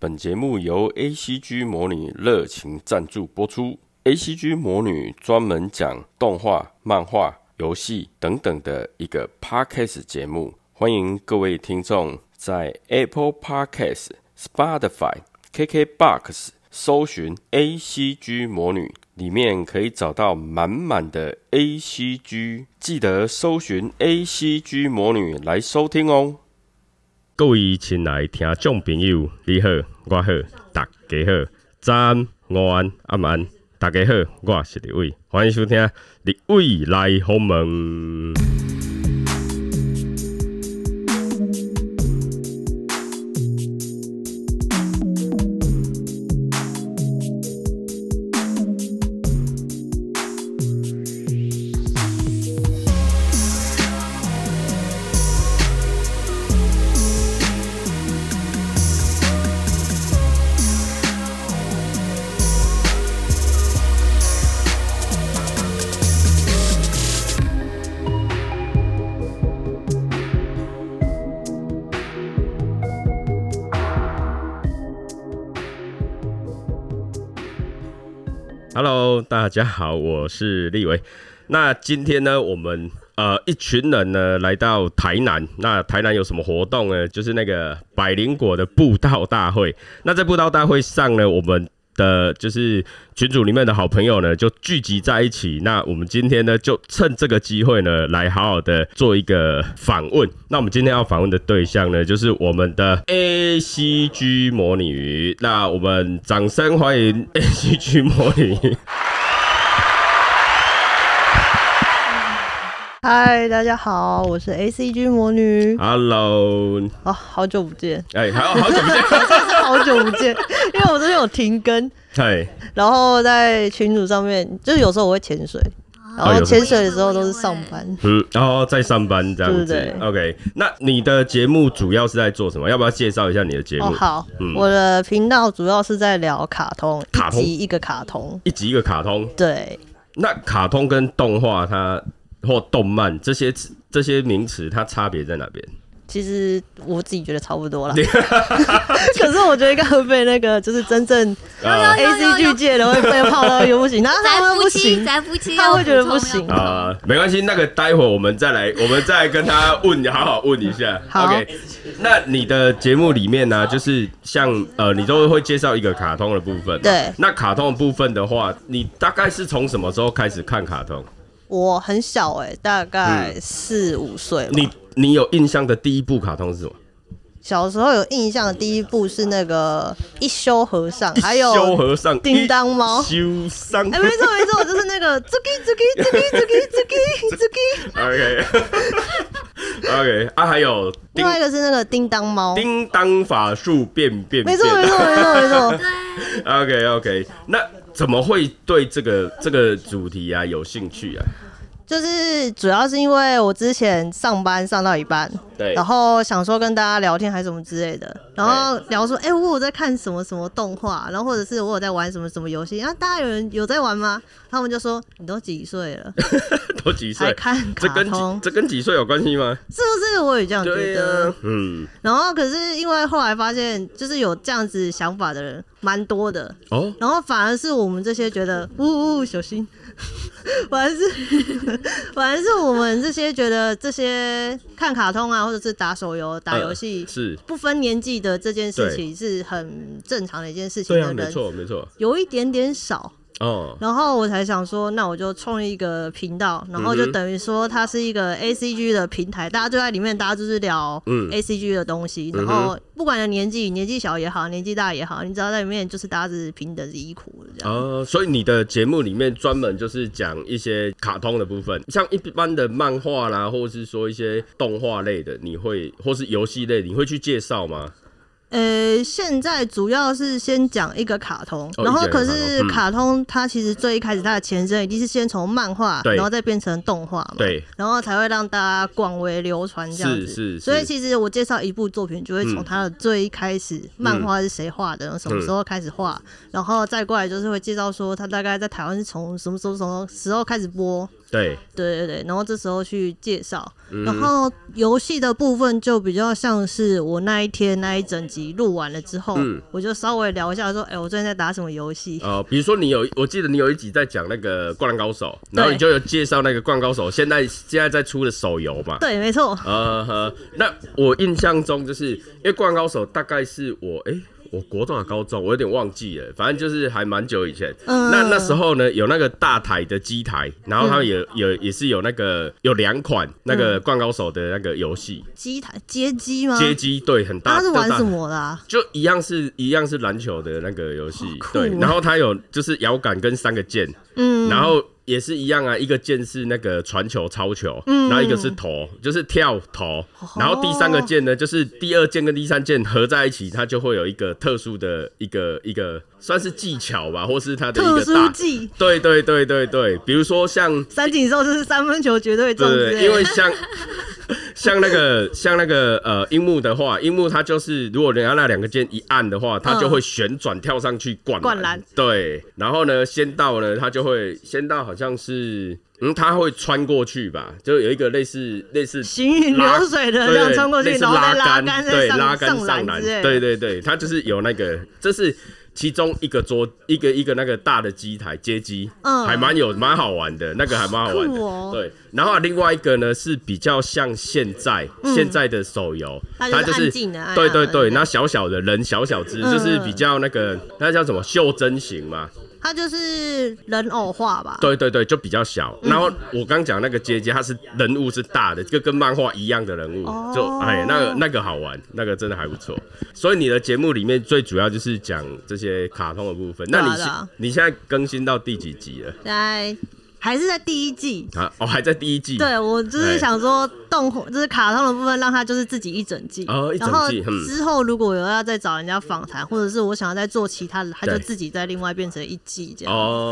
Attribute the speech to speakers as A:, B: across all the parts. A: 本节目由 ACG 魔女热情赞助播出。ACG 魔女专门讲动画、漫画、游戏等等的一个 Podcast 节目，欢迎各位听众在 Apple Podcast、Spotify、KKBox 搜寻 ACG 魔女，里面可以找到满满的 ACG，记得搜寻 ACG 魔女来收听哦。各位亲爱的听众朋友，你好，我好，大家好，早安、午安、晚安，大家好，我是李伟，欢迎收听《李伟来访问》。Hello，大家好，我是立维。那今天呢，我们呃一群人呢来到台南。那台南有什么活动呢？就是那个百灵果的布道大会。那在布道大会上呢，我们的就是群组里面的好朋友呢，就聚集在一起。那我们今天呢，就趁这个机会呢，来好好的做一个访问。那我们今天要访问的对象呢，就是我们的 ACG 魔女。那我们掌声欢迎 ACG 魔女。
B: 嗨，大家好，我是 A C G 魔女
A: 啊 Hello，
B: 啊，好久不见，
A: 哎、好好久不 见，
B: 真是好久不见，因为我最近有停更，
A: 嗨，
B: 然后在群组上面，就是有时候我会潜水，然
A: 哦有
B: 后
A: 时候
B: 潜水的时候都是上班，
A: 嗯，然、后在上班这样子
B: 对对
A: o k 那你的节目主要是在做什么？要不要介绍一下你的节目？
B: 哦，好，
A: 嗯
B: 我的频道主要是在聊卡通，
A: 卡通
B: 一集一个卡通，
A: 一集一个卡通，
B: 对，
A: 那卡通跟动画它或动漫这些词这些名词，它差别在哪边？
B: 其实我自己觉得差不多啦， 可是我觉得应该会被那个就是真正
C: 哦
A: 啊
B: A C G 界的会被泡到一个不行，然后他
C: 宅
B: 们会
C: 夫
B: 不
C: 妻，
B: 行，
C: 宅夫妻
B: 他
C: 要
B: 会觉得不
C: 补充
B: 行
C: 要补充
A: 啊、没关系，那个待会我们再来，我们再来跟他问，好好问一下。
B: 好
A: OK，那你的节目里面呢、就是像呃，你都会介绍一个卡通的部分嘛。
B: 对
A: 那卡通的部分的话，你大概是从什么时候开始看卡通？
B: 我很小哎、大概
A: 嗯
B: 四五岁吧。
A: 你你有印象的第一部卡通是什么？
B: 小时候有印象的第一部是那个一休和尚，还有
A: 修和尚、
B: 叮当猫
A: 修上。
B: 哎、没错没错，就是那个 zuki zuki zuki zuki zuki zuki，
A: OK OK 啊，还有叮
B: 另外一个是那个叮当猫，
A: 叮当法术变变
B: 哦没
A: 变。
B: 错没错没错没 错，
A: OK OK，那怎么会对这个这个主题啊有兴趣啊？
B: 就是主要是因为我之前上班上到一半，
A: 对
B: 然后想说跟大家聊天还是什么之类的，然后聊说，哎、我有在看什么什么动画，然后或者是我有在玩什么什么游戏，啊，大家有人有在玩吗？他们就说你都几岁 了，
A: 都几
B: 还
A: 岁？
B: 看
A: 这
B: 卡
A: 跟几
B: 通，
A: 这跟几岁有关系吗？
B: 是不是？我也这样觉
A: 对
B: 得。
A: 啊，嗯，
B: 然后可是因为后来发现，就是有这样子想法的人蛮多的，
A: 哦，
B: 然后反而是我们这些觉得呜呜呜小心， 反而是 反而是我们这些觉得这些看卡通啊，或者是打手游、打游戏、
A: 是，
B: 不分年纪的这件事情是很正常的一件事情
A: 对
B: 的
A: 啊，没
B: 人，
A: 错没错，
B: 有一点点少。
A: 哦，
B: 然后我才想说，那我就创立一个频道，然后
A: 嗯
B: 就
A: 哼
B: 等于说它是一个 A C G 的平台，大家就在里面，大家就是聊
A: 嗯
B: A C G 的东西，
A: 嗯哼
B: 然后不管你的年纪，年纪小也好，年纪大也好，你只要在里面，就是大家是平等是一苦的这样。
A: 哦，所以你的节目里面专门就是讲一些卡通的部分，像一般的漫画啦，或者是说一些动画类的，你会或是游戏类，你会去介绍吗？
B: 呃，现在主要是先讲一个卡通，
A: 哦
B: 然后
A: 一个卡
B: 可
A: 通
B: 是
A: 嗯
B: 卡通它其实最一开始它的前身一定是先从漫画，
A: 对
B: 然后再变成动画嘛。
A: 对，
B: 然后才会让大家广为流传这样子。
A: 是是
B: 所以
A: 是
B: 其实我介绍一部作品，就会从它的最一开始，漫画是谁画的，然后什么时候开始画，然后再过来就是会介绍说它大概在台湾是从什么时候什么时候开始播，
A: 对，
B: 对对对，然后这时候去介绍，然后游戏的部分就比较像是我那一天那一整集录完了之后，我就稍微聊一下说，哎、我最近在打什么游戏？
A: 呃，比如说你有，我记得你有一集在讲那个《灌篮高手》，然后你就有介绍那个《灌篮高手》现在现在在出的手游嘛。
B: 对，没错，
A: 呃呵，那我印象中就是因为《灌篮高手》大概是我诶，我国中还高中，我有点忘记了，反正就是还蛮久以前。
B: 嗯
A: 那那时候呢，有那个大台的机台，然后它有、有也是有那个有两款那
B: 嗯
A: 个《灌篮高手》的那个游戏，
B: 机台街机吗？
A: 街机对，很大。
B: 他是玩
A: 大
B: 什么的啊、
A: 就一样是一样是篮球的那个游戏，
B: 好酷哦
A: 对，然后它有就是摇杆跟三个键，
B: 嗯，
A: 然后也是一样啊，一个键是那个传球、抄球，
B: 嗯
A: 然后一个是投，就是跳投，
B: 哦
A: 然后第三个键呢，就是第二键跟第三键合在一起，它就会有一个特殊的一个一个算是技巧吧，或是它的一
B: 特
A: 个
B: 殊
A: 大，
B: 技，
A: 对对对对对，比如说像
B: 三井寿就是三分球绝对中之类的，
A: 对，因为像 像那个像那个呃樱木的话，樱木他就是如果人家那两个键一按的话，他就会旋转跳上去灌
B: 灌篮。
A: 对，然后呢，仙道呢，他就会仙道好像是嗯，他会穿过去吧，就有一个类似类似
B: 行云
A: 拉
B: 流水的
A: 对
B: 这样穿过去，
A: 类似
B: 然后再
A: 拉
B: 杆再
A: 对，
B: 上
A: 拉杆
B: 上
A: 篮，
B: 之类的。
A: 对对对，它就是有那个，这是其中一个桌一个一个那个大的机台街机，
B: 嗯
A: 还蛮有蛮好玩的，那个还蛮好玩
B: 好
A: 的，
B: 酷哦
A: 对。然后另外一个呢是比较像现在、现在的手游，
B: 嗯它
A: 它就
B: 就是
A: 是
B: 按进的按
A: 对对
B: 按
A: 对，
B: 的
A: 那小小的人小小只，
B: 嗯
A: 就是比较那个那叫什么袖珍型嘛，
B: 它就是人偶化吧？
A: 对对对，就比较小。
B: 嗯
A: 然后我刚讲那个姐姐，她是人物是大的，就跟漫画一样的人物，
B: 哦
A: 就哎那个那个好玩，那个真的还不错。所以你的节目里面最主要就是讲这些卡通的部分。那
B: 对啊
A: 你
B: 对
A: 现、
B: 啊
A: 你现在更新到第几集了？
B: 在还是在第一季。
A: 啊，哦，还在第一季。
B: 对，我就是想说动画，就是卡通的部分，让它就是自己一整季。
A: 哦一整
B: 然后
A: 季嗯
B: 之后如果有要再找人家访谈，或者是我想要再做其他的，它就
A: 对
B: 自己再另外变成一季这
A: 哦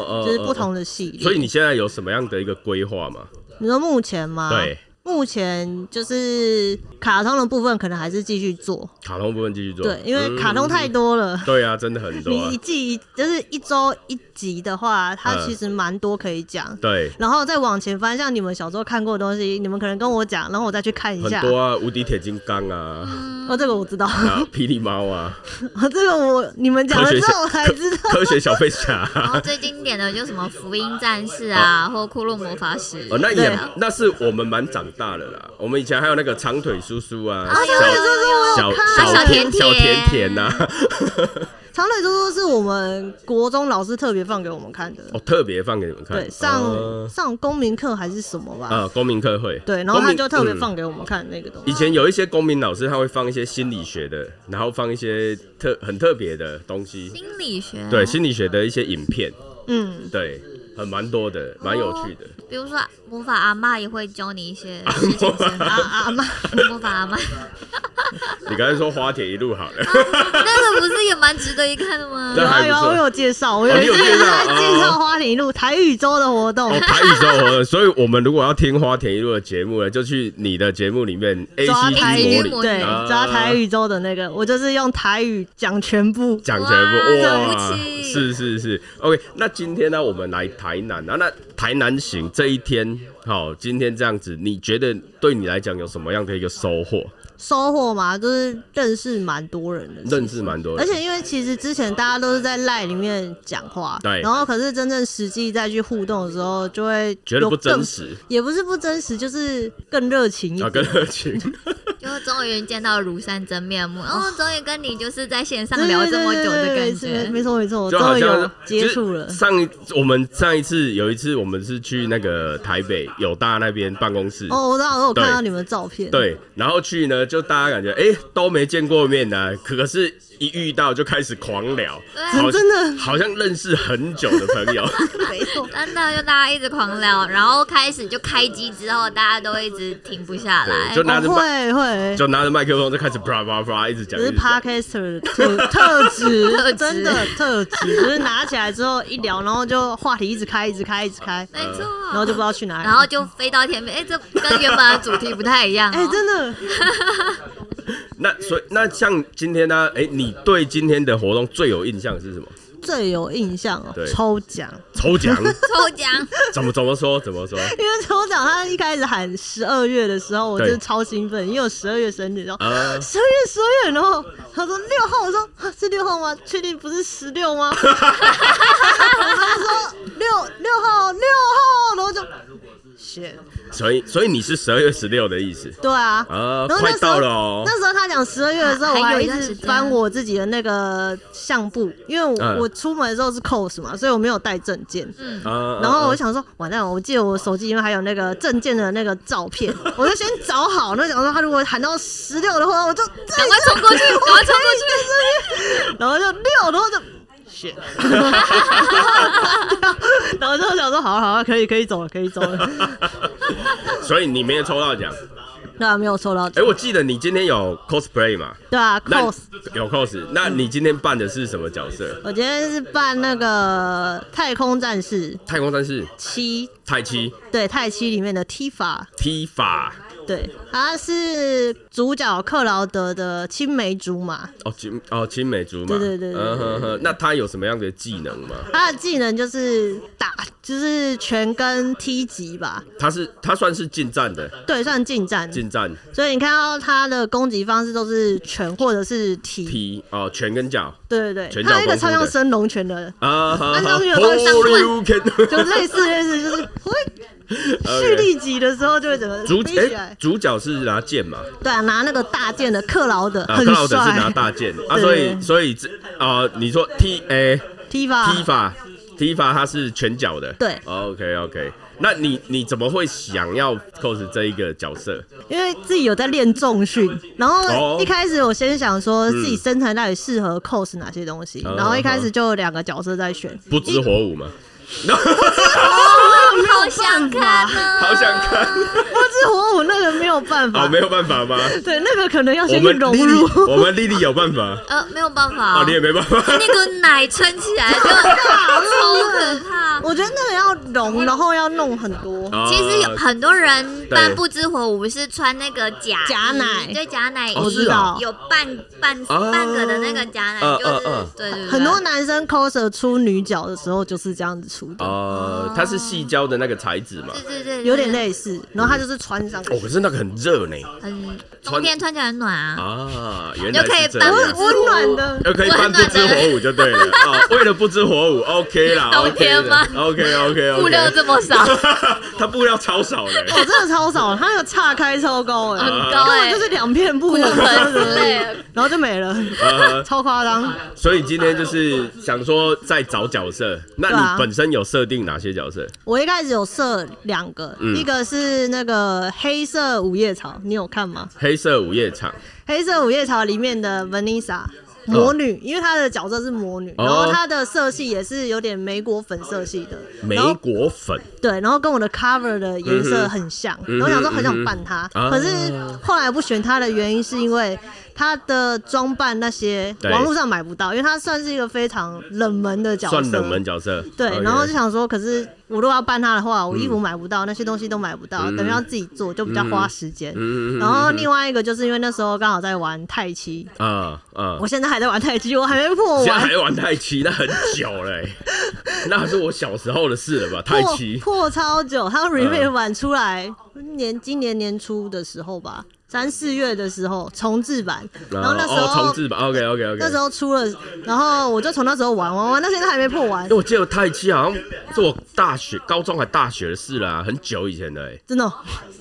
B: 样，
A: 哦，
B: 就是
A: 哦
B: 不。同的系列。
A: 所以你现在有什么样的一个规划吗？
B: 你说目前吗？
A: 对，
B: 目前就是卡通的部分，可能还是继续做。
A: 卡通部分继续做。
B: 对，因为卡通
A: 嗯
B: 太多了。
A: 对啊，真的很多、啊
B: 你一。季一就是一周一集的话，它
A: 嗯
B: 其实蛮多可以讲。
A: 对，
B: 然后再往前翻，像你们小时候看过的东西，你们可能跟我讲，然后我再去看一
A: 很
B: 下。
A: 多啊，无敌铁金刚啊，
B: 哦，这个我知道，
A: 啊，霹雳猫啊，
B: 这个我你们讲了之后我才知道。
A: 科学小飞侠、啊
C: 然后最经典的就是什么福音战士啊，或骷髅魔法使。
A: 哦，那
B: 对
A: 也那是我们蛮长大的啦。我们以前还有那个长腿叔叔啊，
C: 啊有有有有
A: 小
C: 看
A: 小
C: 小甜甜
A: 小甜甜呐、
B: 长腿猪猪是我们国中老师特别放给我们看的，
A: 我、特别放给你们看。
B: 对，上、
A: 呃
B: 上公民课还是什么吧？
A: 啊，公民课会。
B: 对，然后他
A: 公民
B: 就特别、
A: 嗯
B: 放给我们看那个东西
A: 以。前有一些公民老师，他会放一些心理学的，然后放一些特很特别的东西，
C: 心理学。啊
A: 对心理学的一些影片，
B: 嗯，
A: 对，很蛮多的，蛮有趣的。
C: 哦比如说魔法阿嬷也会教你一些事情 是
B: 啊
C: 吗。
B: 啊妈，
C: 魔法阿嬷，
A: 你刚才说花田一路好了，
C: 那个不是也蛮值得一看的吗
A: 对？
B: 有
A: 还
B: 啊
A: 不
B: 有啊，
A: 错
B: 我有介绍，我
A: 哦
B: 有
A: 你
B: 一次
A: 有介
B: 是
A: 绍
B: 在介绍
A: 哦
B: 花莲路台语周的活动
A: 哦，。台语周活动，所以我们如果要听花田一路的节目呢，就去你的节目里面 A
B: 抓
A: C
B: 台
A: G
B: 语
A: 模
C: 拟
A: 拟，
B: 对，
A: 啊
B: 抓台语周的那个，我就是用台语讲全部。
A: 讲全部
C: 哇
A: 哇
C: 了不，起
A: 是是是，OK。那今天呢，我们来台南啊，那台南行这一天，好，今天这样子，你觉得对你来讲有什么样的一个收获？
B: 收获嘛，就是认识蛮多人的，
A: 认识蛮多
B: 而
A: 人，
B: 且因为其实之前大家都是在赖里面讲话，
A: 对
B: 然后可是真正实际再去互动的时候，就会
A: 觉得
B: 有
A: 不
B: 更
A: 真，实
B: 也不是不真实，就是更热情一
A: 啊，跟
B: 点。
A: 热 情，
C: 就终于见到庐山真面目，哦，终于跟你就是在线上
B: 对
C: 聊
B: 对
C: 这么
B: 对
C: 久
B: 对
C: 的
B: 对
C: 感
B: 是没
C: 觉。
B: 没错没错，
A: 就
B: 终
A: 好
B: 于
A: 像
B: 有接触了
A: 就是。上一我们上一次有一次，我们是去那个台北友大那边办公室，
B: 哦，我知道，我有看
A: 对
B: 到你们的照片，，
A: 对，然后去呢，就大家感觉哎、诶都没见过面呢、可是一遇到就开始狂聊，好
B: 真真的
A: 好像认识很久的朋友，
B: 没错。
C: 真的就大家一直狂聊，然后开始就开机之后，大家都一直停不下来
A: 对，。就拿
B: 哦
A: 着麦、
B: 会会，
A: 就拿着麦克风就开始啪啪啪一直讲，
B: 只
A: 一
B: 是
A: 直讲
B: podcaster 的特 特质，
C: 特质
B: 真的特质，就是拿起来之后一聊，然后就话题一直开，一直开，一直开，
C: 没错，
B: 然后就不知道去哪里。
C: 然后就飞到天边，哎、这跟原本的主题不太一样、哦。
B: 哎、真的，
A: 那所以那像今天呢、哎、你对今天的活动最有印象是什么？
B: 最有印象哦
A: 对，
B: 抽奖，
A: 抽 奖
C: 抽奖，
A: 怎么怎么说怎么说？
B: 因为抽奖他一开始喊十二月的时候，我
A: 对
B: 真的超兴奋，因为我十二月生日，然后
A: 啊，
B: 十二月十二月，然后他说六号，我说啊是六号吗？确定不是十六吗？然后他说六六号六号，然后就 shit，
A: 所以所以你是十二月十六的意思
B: 对啊，
A: 啊？
B: 然后那
A: 快
B: 时候
A: 到了哦。
B: 那时候他讲十二月的时候，
C: 还
B: 我
C: 还有
B: 还
C: 一
B: 一
C: 段时
B: 直
C: 间
B: 翻我自己的那个相簿，因为我、
A: 嗯
B: 我出门的时候是 cos 嘛，所以我没有带证件。
C: 嗯
A: 啊，
B: 嗯 然后我
A: 啊
B: 想说，完蛋了！我记得我手机里面还有那个证件的那个照 片，我就先找好。那想说他如果喊到十六的话，我就
C: 赶快冲过 去，赶快冲过
B: 然后就六，然后就。shit 然后就想说，好啊好啊，可以可以走了，可以走 了。
A: 啊所以你没有抽到奖。
B: 对啊，没有抽到，
A: 哎，我记得你今天有 cosplay 嘛？
B: 对啊
A: 那
B: ，cos。
A: 有 cos，那你今天扮的是什么角色？
B: 我今天是办那个太空战士
A: 太空战士
B: 七，
A: 太七
B: 对太七里面的 Tifa，
A: 踢法
B: 对，他是主角克劳德的青梅竹马，
A: 哦，青哦青梅竹马，
B: 对对对对对
A: 嗯哼哼，那他有什么样的技能吗？
B: 他的技能就是打，就是拳跟踢击吧，
A: 他是他算是近战的，
B: 对，算近战。
A: 近战
B: 所以你看到他的攻击方式都是拳或者是踢，
A: 踢哦拳跟脚
B: 对对
A: 拳脚
B: 对，他有一个
A: 功夫
B: 超像
A: 的
B: 升龙拳的，
A: 啊，哈
B: 按
A: 哈
B: 照那个方向
A: Holy Can
B: 就 类似类似就是会蓄力级的时候就会整个
A: 主
B: 飞起
A: 哎
B: 来，
A: 主角是拿剑嘛，
B: 对啊，拿那个大剑的克劳德
A: 啊
B: 很
A: 克劳德是拿
B: 帅，
A: 大剑啊，
B: 对
A: 所以所以这啊你说踢哎
B: 踢
A: 踢
B: 吧，
C: 啊
A: 法踢法他是拳脚的，
B: 对
A: ，OK OK，那你你怎么会想要 cos 这一个角色？
B: 因为自己有在练 重训，然
A: 哦
B: 后一开始我先想说自己身材到底适合 cos 哪些东西，
A: 嗯
B: 然后一开始就有两个角色在选，
A: 不知火舞吗？
C: 去，好想看哦呢。
A: 好想看。
C: 啊
B: 不知火舞那个没有办
A: 哦，
B: 法
A: 没，有办法吗？
B: 对，那个可能要
A: 我
B: 先去
A: 们
B: 融
A: 丽丽
B: 入，，
A: 我们丽丽有办法，
C: 呃，没有办法
A: 哦，你也没办法。
C: 那股奶撑起来就超可 怕。
B: 我觉得那个要融，然后要弄很多，
A: 哦
C: 其实有很多人扮
A: 对
C: 不知火舞是穿那个假
B: 假
C: 衣
B: 奶
C: 对假奶衣，
A: 哦是
B: 哦
C: 有半半
A: 哦
C: 半个的那个假奶，
A: 嗯嗯
C: 就是
A: 嗯
C: 对对对，
B: 很多男生 coser 出女角的时候就是这样子出的，
A: 呃，它是细胶的那个材质嘛。
C: 对对对，
B: 有点类似，然后他就是穿上去
A: 哦，可是那个很热呢。
C: 很
A: 穿
C: 冬天穿起来很暖啊。
A: 啊，原
C: 就可
A: 来
C: 以
A: 是这
C: 扮
A: 样
C: 不。知
B: 温暖的。
A: 又可以扮不知火舞就对 了哦，为了不知火舞，OK 啦
C: 冬
A: ，OK
C: 天
A: 啦
C: 吗
A: o k OK OK，
C: 布料这 么少，
A: 它布料超少的，
B: 哦，真的超少，他那个岔开超高哎、
C: 很高
B: 根本
C: 哎
B: 就是两片布，
C: 骨盆之类的
B: 然后就没了，
A: 呃，
B: 超夸张。
A: 所以今天就是想说在找角色，那
B: 对啊
A: 你本身有设定哪些角色？
B: 我一开始有设两个，
A: 嗯
B: 一个是那个黑色午夜草，你有看吗？
A: 黑色午夜场，
B: 黑色午夜草里面的 Vanessa 魔女，因为她的角色是魔女，
A: 嗯哦
B: 然后她的色系也是有点莓果粉色系的，
A: 美
B: 然后
A: 国粉，
B: 对，然后跟我的 cover
A: 嗯
B: 的颜色很像，然后想说很想扮她，
A: 嗯哼
B: 可是后来不选她的原因是因为她的装扮那些
A: 对
B: 网络上买不到，因为她算是一个非常冷门的角色，
A: 算冷门角色。
B: 对
A: OK 嗯
B: 然后就想说，可是我如果要办它的话，我衣服买不到，那些东西都买不到，等于要自己做，就比较花时间。
A: 嗯
B: 然后另外一个就是因为那时候刚好在玩太极，
A: 啊啊
B: 我，现在还在玩太极，我还没破
A: 现在
B: 完，
A: 还玩太极，那很久嘞、 那是我小时候的事了吧？太嗯
B: 破
A: 极
B: 破超久，它 remake 版出来年今年年初的时候吧，三四月的时候重置版，然后那时
A: 哦
B: 候、
A: 重置吧，OK OK OK。
B: 那时候出了，然后我就从那时候玩玩玩，到现在还没破完
A: 因为，我记得太极好像是我大学、高中还大学的事啦、很久以前的、欸，
B: 真的哦，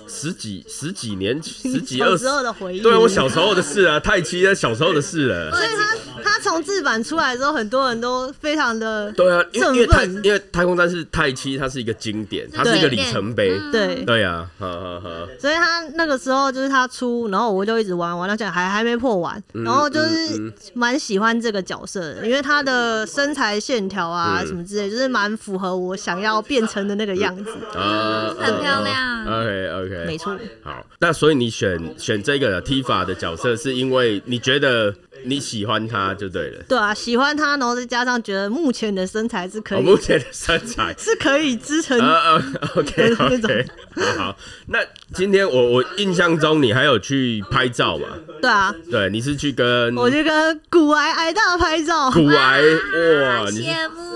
A: 十几十几年、十 几
B: 小
A: 二
B: 时
A: 十。
B: 候的回忆。
A: 对我小时候的事啊，太极的小时候的事啊了。
B: 所以他他重置版出来之后，很多人都非常的
A: 对啊，因为因为
B: 振
A: 太
B: 奋，
A: 因为太空战士太七，它是一个经典，它是一个里程碑。
B: 对，
A: 对啊，呵呵呵，
B: 所以他那个时候就是他出，然后我就一直玩玩到现在还还没破完，
A: 嗯
B: 然后就是蛮喜欢这个角色的，因为他的身材线条啊
A: 嗯
B: 什么之类，就是蛮符合我想要变成的那个样子，
A: 啊，
C: 很漂亮
A: OK OK，
B: 没错。
A: 好，那所以你选选这个 Tifa 的角色，是因为你觉得你喜欢他，就对了。
B: 对啊，喜欢他，然后再加上觉得目前的身材是可
A: 我
B: 以，
A: 目，前的身材
B: 是可以支撑
A: 呃 呃，OK
B: 那种
A: OK，好好。那今天我我印象中你还有去拍照嘛？
B: 对啊，
A: 对，你是去跟
B: 我就跟古癌癌大拍照，
A: 古 癌
C: 好
A: 呃哇，你是
C: 羡慕。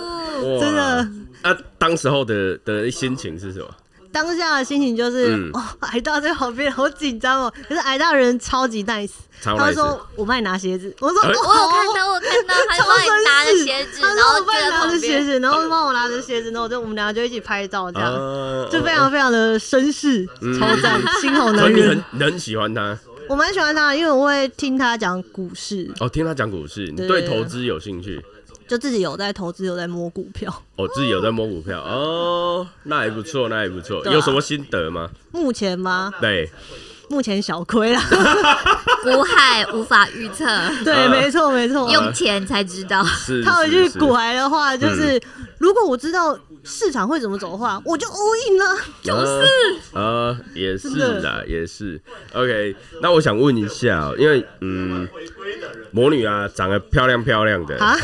A: 哇
B: 啊真的。
A: 那当时候的的心情是什么？
B: 当下的心情就是，
A: 嗯
B: 哦，矮大在旁边好紧张哦。可是矮大人超级 nice，
A: 超
B: 他
A: nice
B: 说我帮你拿鞋子，我说、
A: 哎
B: 哦
C: 我有看到，我有看到，他
B: 超
C: 帮你拿着
B: 绅士
C: 鞋子，
B: 他
C: 然后
B: 说我
C: 就
B: 帮你拿
C: 在
B: 着
C: 旁
B: 鞋
C: 边。
B: 子，然后帮我拿着鞋子，然后就我们两个就一起拍照，这样、
A: 啊嗯
B: 就非常非常的绅士，超赞，心好
A: 所
B: 男
A: 以你
B: 人
A: 很。你很喜欢他
B: 我蛮喜欢他的，因为我会听他讲股市，
A: 哦，听他讲股市，你
B: 对
A: 对投资有兴趣
B: 就自己有在投资，有在摸股票。
A: 哦，自己有在摸股票哦，那还不错，那还不错。
B: 对啊
A: 有什么心得吗？
B: 目前吗？
A: 对，
B: 目前小亏啦。
C: 古海无法预测，
B: 对，
A: 嗯
B: 没错，没错。
C: 用钱才知道。
A: 是
B: 他回
A: 是
B: 去
A: 是嗯
B: 股癌的话，就是如果我知道市场会怎么走的话，我就 all in 了。
A: 就是呃，也是
B: 真
A: 啦，也是。OK，那我想问一下哦，因为嗯，魔女啊，长得漂亮漂亮的
B: 啊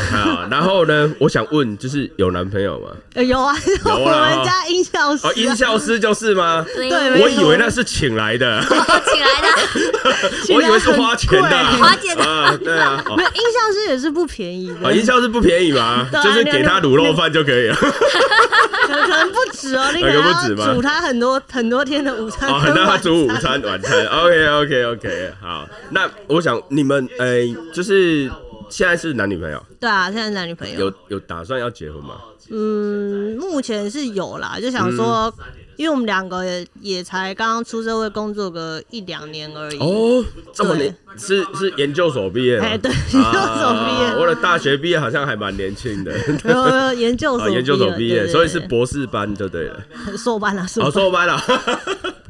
A: 然后呢，我想问，就是有男朋友吗？
B: 呃有啊，
A: 啊
B: 我们家音效师啊
A: 哦，音效师就是吗？
C: 对
B: 对没
A: 我以为那是请来 的，
C: 我请来 的，
A: 我以为是花钱的啊，
B: 请来很
C: 贵花钱的
A: 啊，对啊。哦
B: 没有音效师也是不便宜
A: 哦，
B: 的，
A: 音效师不便宜嘛，
B: 对啊
A: 就是给他卤肉饭就可以了。
B: 可能不止 哦，你可
A: 那
B: 能
A: 个不止吗
B: 要煮他很多很多天的午餐
A: 哦，
B: 跟
A: 那他
B: 啊晚
A: 煮午
B: 餐。
A: 餐、晚餐。OK OK OK，好。那我想你们，哎、就是现在是男女朋友，
B: 对啊，现在男女朋友
A: 有，有打算要结婚吗？
B: 嗯，目前是有啦，就想说，
A: 嗯
B: 因为我们两个也也才刚刚出社会工作个一两年而已。
A: 哦，这么
B: 对
A: 年是是研究所毕业吗？
B: 哎，对，研
A: 啊，
B: 究所毕业，
A: 我的大学毕业好像还蛮年轻的。
B: 然后 研究 所
A: 啊，研究所毕业，
B: 对
A: 所以是
B: 对
A: 博士班就对了。
B: 对 硕班啊啦，硕
A: 哦，
B: 班
A: 硕 班了。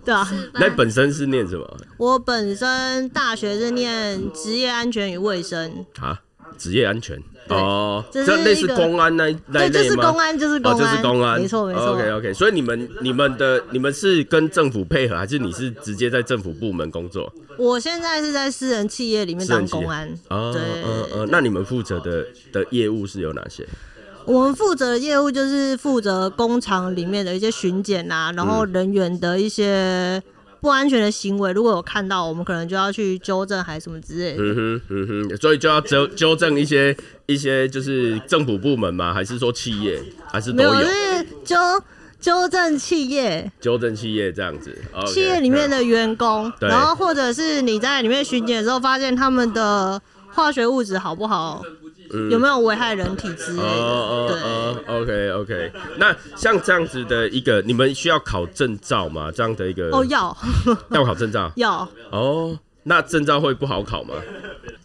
B: 对啊，
A: 那本身是念什么
B: 我本身大学是念职业安全与卫生，
A: 啊？职业安全
B: 对
A: 哦，
B: 这是
A: 这类似
B: 一个
A: 公安那那
B: 对，
A: 一
B: 就
A: 类
B: 是
A: 吗？
B: 公安，就是公
A: 哦，
B: 安，
A: 就是公安，哦
B: 没错没错。
A: OK OK，所以你们你们的你们是跟政府配合，还是你是直接在政府部门工作？
B: 我现在是在私人企业里面
A: 私人
B: 当
A: 企业
B: 公安，
A: 哦，
B: 对，
A: 嗯嗯，那你们负责的的业务是有哪些？
B: 我们负责的业务就是负责工厂里面的一些巡检啊，然
A: 嗯
B: 后人员的一些。不安全的行为，如果有看到，我们可能就要去纠正，还是什么之类的。
A: 嗯哼，嗯哼，所以就要纠纠正一些一些，就是政府部门吗？还是说企业？还是
B: 没
A: 都
B: 有，就
A: 有
B: 是纠纠正企业，
A: 纠正企业这样子？OK，
B: 企业里面的员工，
A: 对
B: 然后或者是你在里面巡检的时候，发现他们的化学物质好不好，有没有危害人体之类
A: 嗯。
B: 的，
A: 哦
B: 对。
A: 哦哦，OK OK，那像这样子的一个，你们需要考证照吗？这样的一个
B: 哦，要
A: 要考证照，
B: 要，
A: 哦，那证照会不好考吗？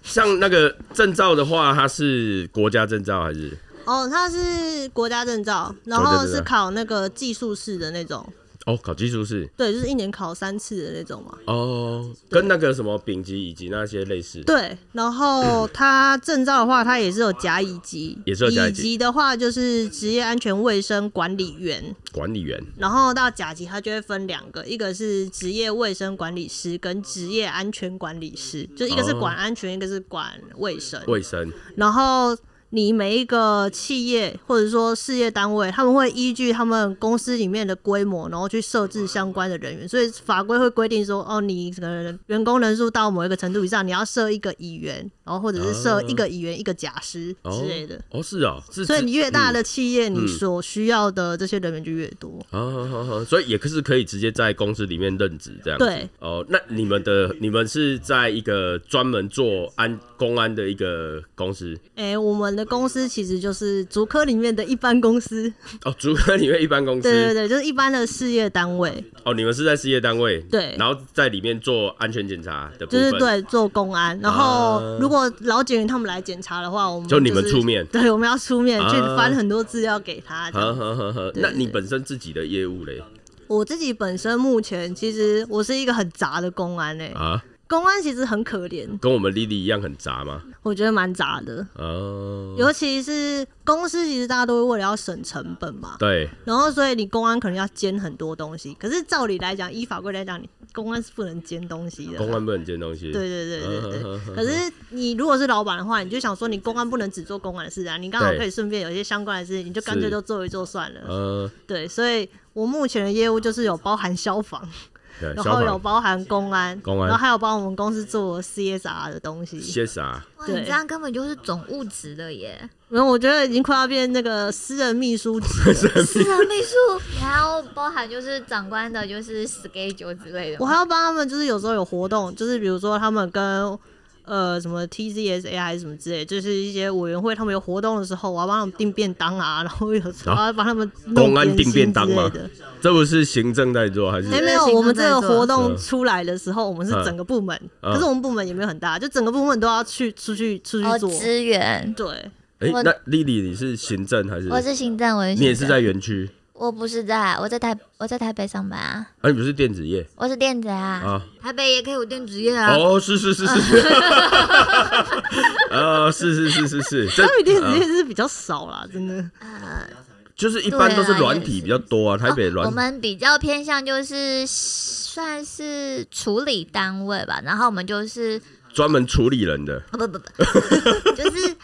A: 像那个证照的话，它是国家证照还是？
B: 哦，它是国家证照，然
A: 国家
B: 后
A: 证照
B: 是考那个技术式的那种，
A: 哦，考技术是
B: 对，就是一年考三次的那种嘛。
A: 哦，跟那个什么丙级以及那些类似。
B: 对，然后它证照的话，它也是有甲乙级，
A: 也是有甲乙
B: 乙
A: 级
B: 级的话就是职业安全卫生管理员，
A: 管理员
B: 然后到甲级，它就会分两个，一个是职业卫生管理师跟职业安全管理师，就一个
A: 哦
B: 是管安全，一个是管卫生。
A: 卫生
B: 然后你每一个企业或者说事业单位，他们会依据他们公司里面的规模，然后去设置相关的人员。所以法规会规定说，哦，你可能员工人数到某一个程度以上，你要设一个议员，然后或者是设一个议员、一个假师
A: 哦
B: 之类的。
A: 哦是哦，是
B: 所以你越大
A: 的
B: 的企业，你所需要的这些人员就越多。
A: 哦，好好所以也是可以直接在公司里面任职这样子。
B: 对
A: 哦，那你们的你们是在一个专门做安公安的一个公司
B: 哎、我们的公司其实就是竹科里面的一般公司，
A: 哦，主科里面一般公司
B: 对对对，就是一般的事业单位，
A: 哦，你们是在事业单位
B: 对
A: 然后在里面做安全检查的部
B: 就
A: 分
B: 是对做公安。然
A: 啊
B: 后如果老警员他们来检查的话，我们
A: 就你们
B: 是
A: 出面
B: 对，我们要出面、去
A: 啊
B: 翻很多资料给他。这
A: 呵
B: 样
A: 呵呵呵，
B: 对
A: 那
B: 对
A: 你
B: 对
A: 本身自己的业务嘞
B: 我自己本身目前其实我是一个很杂的公安诶、欸
A: 啊？
B: 公安其实很可怜，
A: 跟我们 Lily 一样很杂吗？
B: 我觉得蛮杂的。
A: 哦，
B: 尤其是公司，其实大家都会为了要省成本嘛，
A: 对，
B: 然后所以你公安可能要兼很多东西。可是照理来讲，依法规来讲，你公安是不能兼东西的。
A: 公安不能兼东西。
B: 对对对对
A: 嗯嗯嗯嗯嗯
B: 对。可是你如果是老板的话，你就想说，你公安不能只做公安的事啊，你刚好
A: 对
B: 可以顺便有一些相关的事情，你就干脆
A: 是
B: 都做一做算了。
A: 呃，
B: 对，所以我目前的业务就是有包含消防，
A: 对，
B: 然
A: 消
B: 后
A: 防
B: 有包含公安，
A: 公安
B: 然后还有帮我们公司做 CSR 的东西。
A: 些啥？
C: 哇，
B: 对
C: 你这样根本就是总务职了耶！
B: 然后我觉得已经快要变那个私人秘书职了
C: 私人秘书，你还要包含就是长官的，就是 schedule 之类的
B: 我
C: 吗。
B: 还要帮他们，就是有时候有活动，就是比如说他们跟呃什么 TCSA 还是什么之类，就是一些委员会他们有活动的时候，我要帮他们订便当啊，然后有时候
A: 啊
B: 还要帮他们弄
A: 公安订便当
B: 之类
A: 吗
B: 的。？
A: 这不是行政在做还是
B: 哎、？
C: 嗯
B: 没有，
C: 行
B: 我们这
C: 政在
B: 个
C: 做
B: 活动
A: 嗯
B: 出来的时候，我们是
A: 嗯
B: 整个部门，
A: 嗯
B: 可是我们部门也没有很大，就整个部门都要去出去出去
C: 哦，
B: 做。
C: 资源，
B: 对，
A: 哎，
C: 我
A: 那 Lily 你是行政还是？
C: 我是行政，我是行
A: 你也是
C: 政
A: 在，园区？
C: 我不是在，我在台，我在台北上班啊，
A: 啊，你不是电子业
C: 我是电子啊，
A: 啊？
C: 台北也可以有电子业啊。
A: 哦，是是是是是，呃，是是是是是，这
B: 他们电子业
A: 呃
B: 是比较少啦，真的。
A: 就是一般都是
C: 对啊
A: 软
C: 也
A: 体
C: 是
A: 比较多啊，台北
C: 哦、
A: 软
C: 我们比较偏向就是算是处理单位吧，然后我们就是
A: 专门处理人的
C: 哦不不不，就是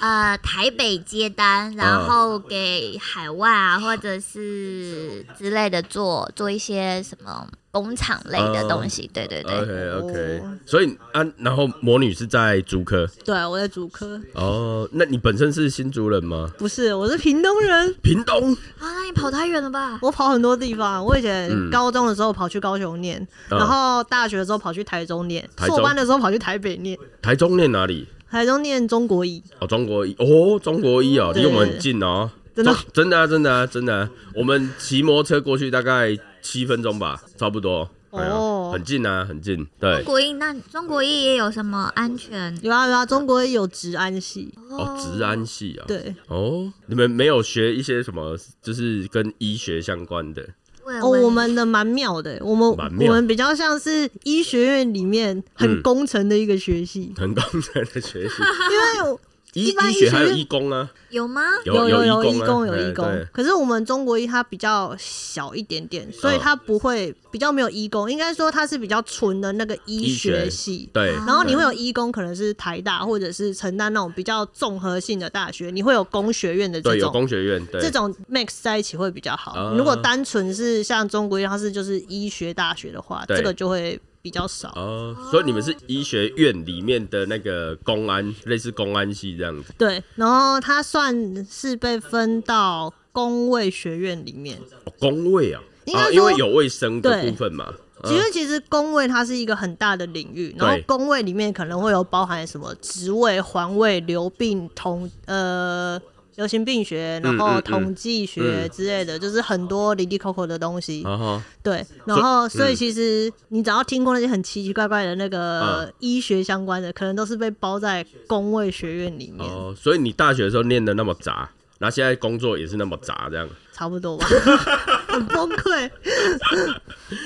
C: 呃台北接单，然后给海外啊或者是之类的做做一些什么工厂类的东西，对对对。
A: ，OK OK，
B: 哦
A: 所以啊，然后魔女是在竹科
B: 对，我在主科，
A: 哦，那你本身是新竹人吗？
B: 不是，我是屏东人，
A: 屏东
C: 啊，那你跑太远了吧？
B: 我跑很多地方。我以前
A: 嗯
B: 高中的时候跑去高雄念，
A: 嗯
B: 然后大学的时候跑去台中念，
A: 台中
B: 硕班的时候跑去台北念，
A: 台中念哪里？
B: 台中念中国医，
A: 哦，中国一哦，中国一哦，
B: 对
A: 离我们很近哦，
B: 真的
A: 中真的啊，真的啊，真的啊，我们骑摩托车过去大概七分钟吧，差不多。哎呀
B: 哦
A: 很近啊，很近。对
C: 中，国医那中国医也有什么安全？
B: 有啊有
A: 嗯
B: 啊，中国医有治安系，
A: 哦，治安系啊。
B: 对，
A: 哦，你们没有学一些什么，就是跟医学相关的
C: 慰
B: 哦，
C: 问
B: 我们的蛮妙的，我们
A: 蛮
B: 我
A: 妙
B: 们比较像是医学院里面很
A: 嗯
B: 工程的一个学 系，
A: 成功人的学 习？
B: 因为有
A: 医
B: 一般
A: 医学
B: 医学
A: 还有
B: 院
A: 医工啊，
C: 有吗？
B: 有
A: 有
B: 有
A: 医
B: 义工
A: 啊
B: 有
A: 哎
B: 义工
A: 对，
B: 可是我们中国医它比较小一点点，所以
A: 嗯
B: 它不会比较没有义工，应该说它是比较纯的那个医
A: 医学
B: 学系。
A: 对，
B: 然后你会有义工，可能是台大或者是承担那种比较综合性的大学，你会有工学院的这
A: 对有
B: 种。
A: 工学院，对
B: 这种 mix 在一起会比较好。
A: 啊
B: 如果单纯是像中国医，它是就是医学大学的话，
A: 对
B: 这个就会比较少。
A: 哦，所以你们是医学院里面的那个公安，类似公安系这样子。
B: 对，然后它算是被分到工卫学院里面。
A: 哦工卫啊，
B: 应该
A: 啊，
B: 说
A: 因为有卫生的
B: 对
A: 部分嘛。啊
B: 其实，其实工位它是一个很大的领域，然后工位里面可能会有包含什么职位、环卫、流病、统呃流行病学，然
A: 嗯
B: 后
A: 嗯
B: 统计学之类的，就是很多零零扣扣的东西。
A: 啊哈，
B: 对，然后所以其实你只要听过那些很奇奇怪怪的那个
A: 嗯
B: 医学相关的，可能都是被包在工位学院里面，
A: 哦，所以你大学的时候念的那么杂，然后现在工作也是那么杂，这样。
B: 差不多吧。 很崩溃，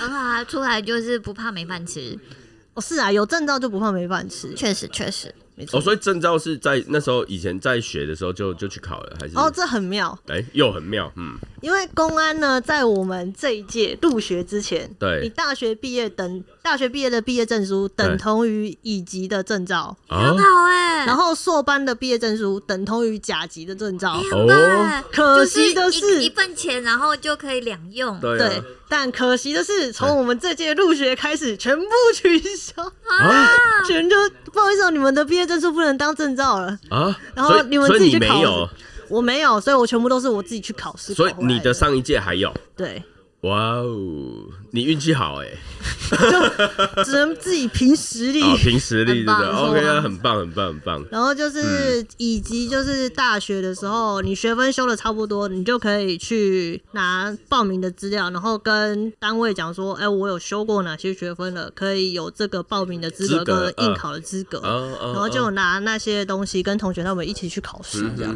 C: 很好啊，出来就是不怕没饭吃，
B: 哦，是啊，有证照就不怕没饭吃，
C: 确实确实。
B: 没错。
A: 哦，所以证照是在那时候以前在学的时候就就去考了，还是？
B: 哦，这很妙，
A: 哎、又很妙，嗯，
B: 因为公安呢，在我们这一届入学之前，
A: 对
B: 你大学毕业等大学毕业的毕业证书等同于乙级的证照，
A: 啊
C: 很好哎、
B: 然后硕班的毕业证书等同于甲级的证照。
A: 哦
C: 哎很棒哎
B: 可
C: 就
B: 惜的
C: 是
B: 是
C: 一一份钱，然后就可以两用，
A: 对
B: 对
A: 啊，，
B: 但可惜的是，从我们这届入学开始，全部取消，
C: 嗯
A: 啊
B: 全都不好意思哦，你们的毕业证书不能当证照了。
A: 啊，
B: 然后
A: 所以
B: 你们
A: 所
B: 自己
A: 以你
B: 去
A: 没
B: 考
A: 有，
B: 我没有，所以我全部都是我自己去考试考
A: 所
B: 回
A: 以
B: 来。
A: 你的上一届还有，
B: 对，
A: 哇哦，你运气好哎、
B: 就只能自己凭实力。
A: 啊， 凭实力真
C: 很
A: 的
C: 棒很棒
A: ，OK 啊，很棒，很棒，很棒，
B: 然后就是
A: 嗯
B: 以及就是大学的时候，你学分修的差不多，你就可以去拿报名的资料，然后跟单位讲说，哎，我有修过哪些学分了，可以有这个报名的资
A: 资
B: 格
A: 格
B: 跟
A: 嗯
B: 应考的资格。
A: 啊啊，
B: 然后就有拿那些东西跟同学他们一起去考试，
A: 嗯
B: 这样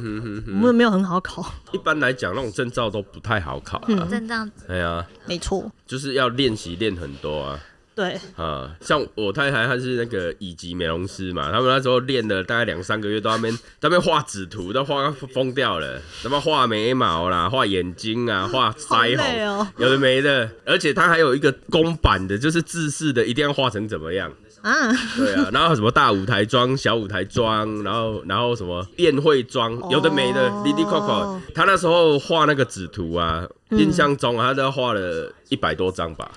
B: 我们没有很好考，
A: 一般来讲那种证
B: 嗯
A: 照都不太好考啊，
C: 阵仗
A: 对啊，
B: 没错，
A: 就是要练习练很多啊，
B: 对，
A: 啊，像我太太她是那个乙级美容师嘛，他们那时候练了大概两三个月，都在那边在那边画纸图，都画疯掉了，什么画眉毛啦，画眼睛啊，画腮
B: 哦好累
A: 红，
B: 哦
A: 有的没的，而且他还有一个公版的，就是自式的，一定要画成怎么样。
B: 啊，
A: 对啊，然后什么大舞台妆、小舞台妆，然后然后什么宴会妆，有的没的，滴滴 Coco，他那时候画那个纸图啊，印象中啊他都画了一百多张吧，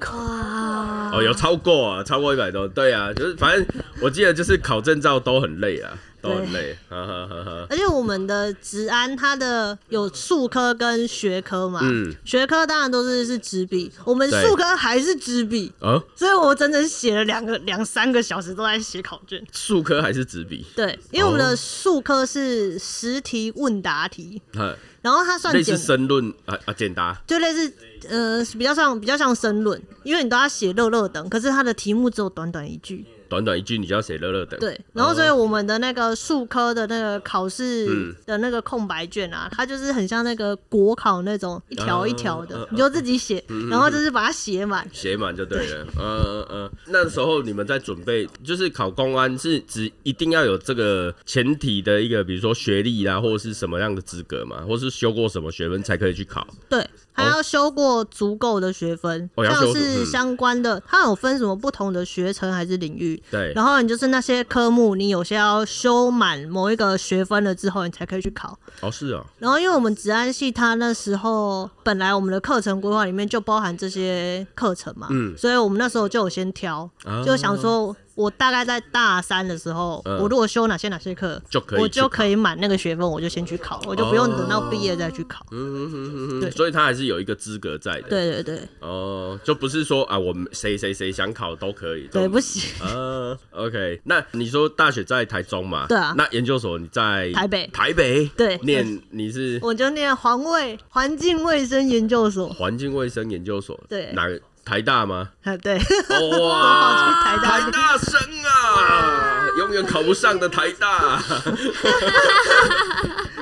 C: 哇，
A: 哦，有超过啊，超过一百多，对啊，就是反正我记得就是考证照都很累啊，都很累，哈哈哈哈，
B: 而且我们的职安它的有术科跟学科嘛，
A: 嗯
B: 学科当然都是是纸笔，我们
A: 对
B: 术科还是纸笔，
A: 啊，
B: 所以我整整写了两个两三个小时都在写考卷。
A: 数科还是纸笔，
B: 对，因为我们
A: 哦
B: 的术科是十题问答题，
A: 啊，
B: 然后它算
A: 类
B: 简
A: 似，申论啊啊，简答，
B: 就类似呃比较像比较像申论，因为你都要写乐乐等，可是它的题目只有短短一句。
A: 短短一句你就要写乐乐等，
B: 对，然后所以我们的那个术科的那个考
A: 嗯
B: 试的那个空白卷啊，它就是很像那个国考那种一条一条
A: 嗯嗯
B: 的
A: 嗯，
B: 你就自己写，然后就是把它写满。
A: 写满就对了。 嗯嗯嗯，那时候你们在准备，就是考公安是指一定要有这个前提的一个，比如说学历啦，或者是什么样的资格嘛，或是修过什么学分才可以去考。
B: 对，还要修过足够的学分，
A: 哦哦要修嗯
B: 像是相关的，它有分什么不同的学程还是领域。
A: 对
B: 然后你就是那些科目，你有些要修满某一个学分了之后，你才可以去考。
A: 哦，是哦，
B: 然后，因为我们治安系，它那时候本来我们的课程规划里面就包含这些课程嘛，
A: 嗯
B: 所以我们那时候就有先挑，
A: 啊
B: 就想说，我大概在大三的时候，
A: 嗯
B: 我如果修哪些哪些课，
A: 就可以去
B: 我就可以满那个学分，我就先去考，我就不用等到毕业再去考。
A: 嗯嗯嗯嗯，
B: 对
A: 所以他还是有一个资格在的。，
B: 对对对
A: 哦，就不是说啊，我们谁谁谁想考都可以。
B: 对，
A: 都
B: 不。行，
A: 啊，OK，那你说大学在台中嘛？
B: 对啊
A: 那研究所你在
B: 台北
A: 台北
B: 对
A: 念你是
B: 我就念环卫环境卫生研究所，
A: 环境卫生研究所，
B: 对
A: 哪个台大吗？
B: 啊对，
A: 哇，
B: 跑去台大
A: 台大生啊，永远考不上的台大，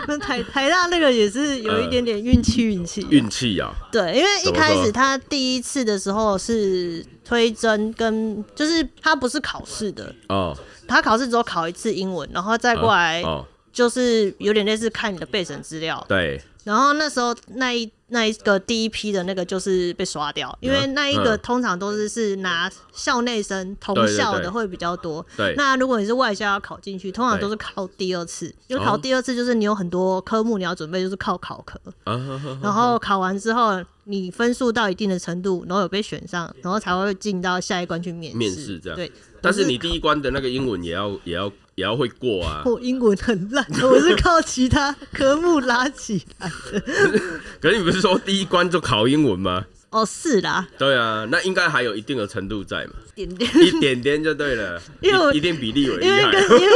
B: 那台台大那个也是有一点点运气运气啊，
A: 运气啊，
B: 对，因为
A: 怎
B: 一
A: 么
B: 开
A: 说
B: 始他第一次的时候是推甄跟，就是他不是考试的，
A: 哦，
B: 他考试只有考一次英文，然后再过来
A: 哦，
B: 就是有点类似看你的备审资料。
A: 对，
B: 然后那时候那一那一个第一批的那个就是被刷掉，因为
A: 嗯
B: 那一个
A: 嗯
B: 通常都是是拿校内生同
A: 对对
B: 校
A: 对
B: 的会比较多。
A: 对
B: 那如果你是外校要考进去，通常
A: 对
B: 都是考第二次，因为
A: 哦
B: 考第二次就是你有很多科目你要准备，就是靠考科。
A: 啊，呵呵
B: 然后考完之后，你分数到一定的程度，然后有被选上，然后才会进到下一关去面试。
A: 面试这样
B: 对，
A: 但是你第一关的那个英文也要也要也要会过啊，
B: 我哦英文很烂，我是靠其他科目拉起来的。
A: 可是你不是说第一关就考英文吗？
B: 哦，是啦，
A: 对啊，那应该还有一定的程度在嘛，
B: 点点，
A: 一点点就对了，
B: 因为我
A: 一一定比例为厉
B: 因为
A: 害
B: 跟。 因为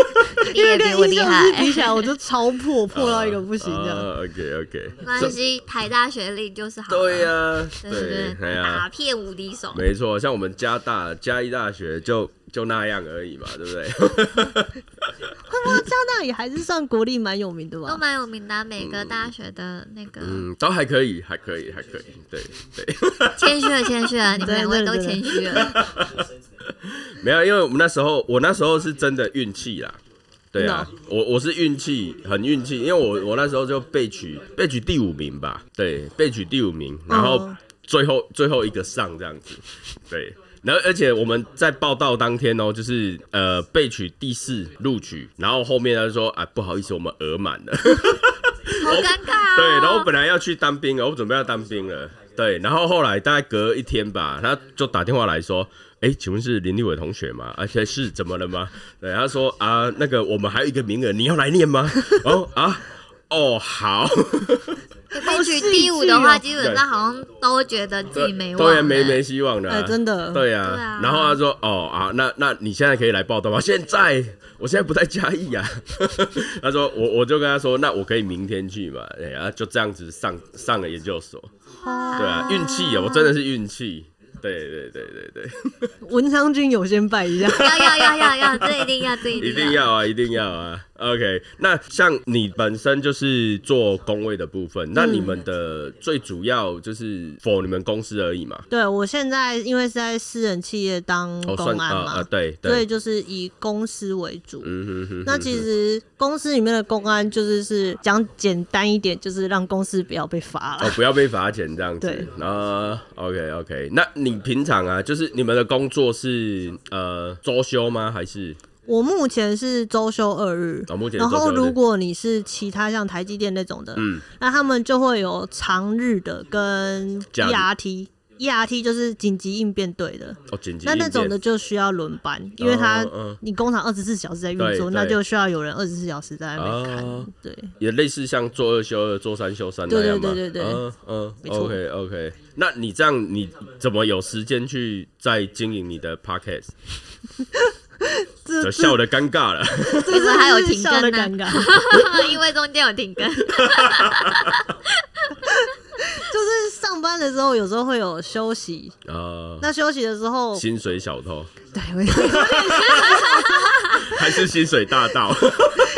B: 因为
C: 比我
B: 跟
C: 厉
B: 英雄师
C: 害
B: 比起来，我就超破，破到一个不行这样。
A: OK OK，
C: 没关系，台大学历就是好。
A: 对呀、，
C: 对对
A: 哎
C: 对，
A: 呀、
C: 打遍无敌手。
A: 没错，像我们加大嘉义大学就就那样而已嘛，对不对？
B: 不
A: 呃
B: 过 加拿大也还是算国力蛮有名的
C: 都
B: 吧？
C: 蛮有名的啊，每个大学的那个
A: 嗯，都还可以，还可以，还可以，对对，
C: 谦虚了，谦虚了，你们两位都
B: 对对
C: 谦
B: 对
C: 虚了。
A: 没有，因为我们那时候，我那时候是真的运气啦，对啊，我我是运气，很运气，因为我我那时候就被取被取第五名吧，对，被取第五名，然后
B: 哦
A: 最后最后一个上这样子，对。然后，而且我们在报道当天哦，就是呃被取第四录取，然后后面他就说啊不好意思，我们额满了，
C: 好尴尬啊！
A: 对，然后我本来要去当兵了，我准备要当兵了。对，然后后来大概隔一天吧，他就打电话来说：“哎，请问是林立伟同学吗？而且是怎么了吗？”对，他说：“啊，那个我们还有一个名额，你要来念吗？”哦啊，哦好，
C: 被取第五的话，
B: 好戏
C: 基本上好像都觉得自己没
A: 对，
C: 望。
A: 没没。希望了、
B: 哎，真的，
A: 对呀、
C: 对啊
A: 然后他说：“哦啊，那那你现在可以来报道吗？ 现在我现在不在嘉义啊。” 他说：“我我就跟他说，那我可以明天去嘛？
B: 哦
A: 哎呀、啊就这样子上上了研究所。对啊，运气啊，我真的是运气。对对对对对，
B: 文昌君有先拜一下，
C: 要要要要要，这一定要，这
A: 一
C: 一
A: 定
C: 定要。
A: 要啊，一定要啊。OK，那像你本身就是做工位的部
B: 嗯
A: 分，那你们的最主要就是否你们公司而已嘛？
B: 对我现在因为是在私人企业当
A: 哦，
B: 公
A: 算
B: 安
A: 啊
B: 嘛，
A: 啊，对
B: 所以
A: 对，
B: 就是以公司为主。
A: 嗯哼哼
B: 那其实公司里面的公安就是是讲简单一点，就是让公司不要被罚
A: 哦
B: 了。，
A: 不要被罚钱这样子
B: 啊对
A: 啊。OK OK，那你平常啊，就是你们的工作是呃周休吗？还是
B: 我目前是周休二日，
A: 哦目前是
B: 然
A: 周休
B: 后
A: 二日
B: 如果你是其他像台积电那种的，
A: 嗯
B: 那他们就会有常日的跟 E
A: 假日
B: ERT。ERT 就是紧急应变队的，
A: 哦紧急
B: 那
A: 应
B: 那种
A: 变
B: 的就需要轮班，因为他
A: 嗯嗯
B: 你工厂二十四小时在运
A: 对
B: 作，
A: 对
B: 那就需要有人二十四小时在那边
A: 哦
B: 看。 对，
A: 也类似像做二休二、做三休三那样嘛。
B: 对对对对对
A: 嗯嗯
B: 没错
A: ，OK OK。那你这样，你怎么有时间去再经营你的 podcast？
B: 这
A: 就笑得尴尬了。
B: 这
C: 你们还有停
B: 笑的
C: 更啊
B: 尴
C: 呢，
B: 尬，
C: 因为中间有停更。
B: 就是上班的时候有时候会有休息，
A: 呃，
B: 那休息的时候，
A: 薪水小偷
B: 对，我
A: 还是薪水大 盗？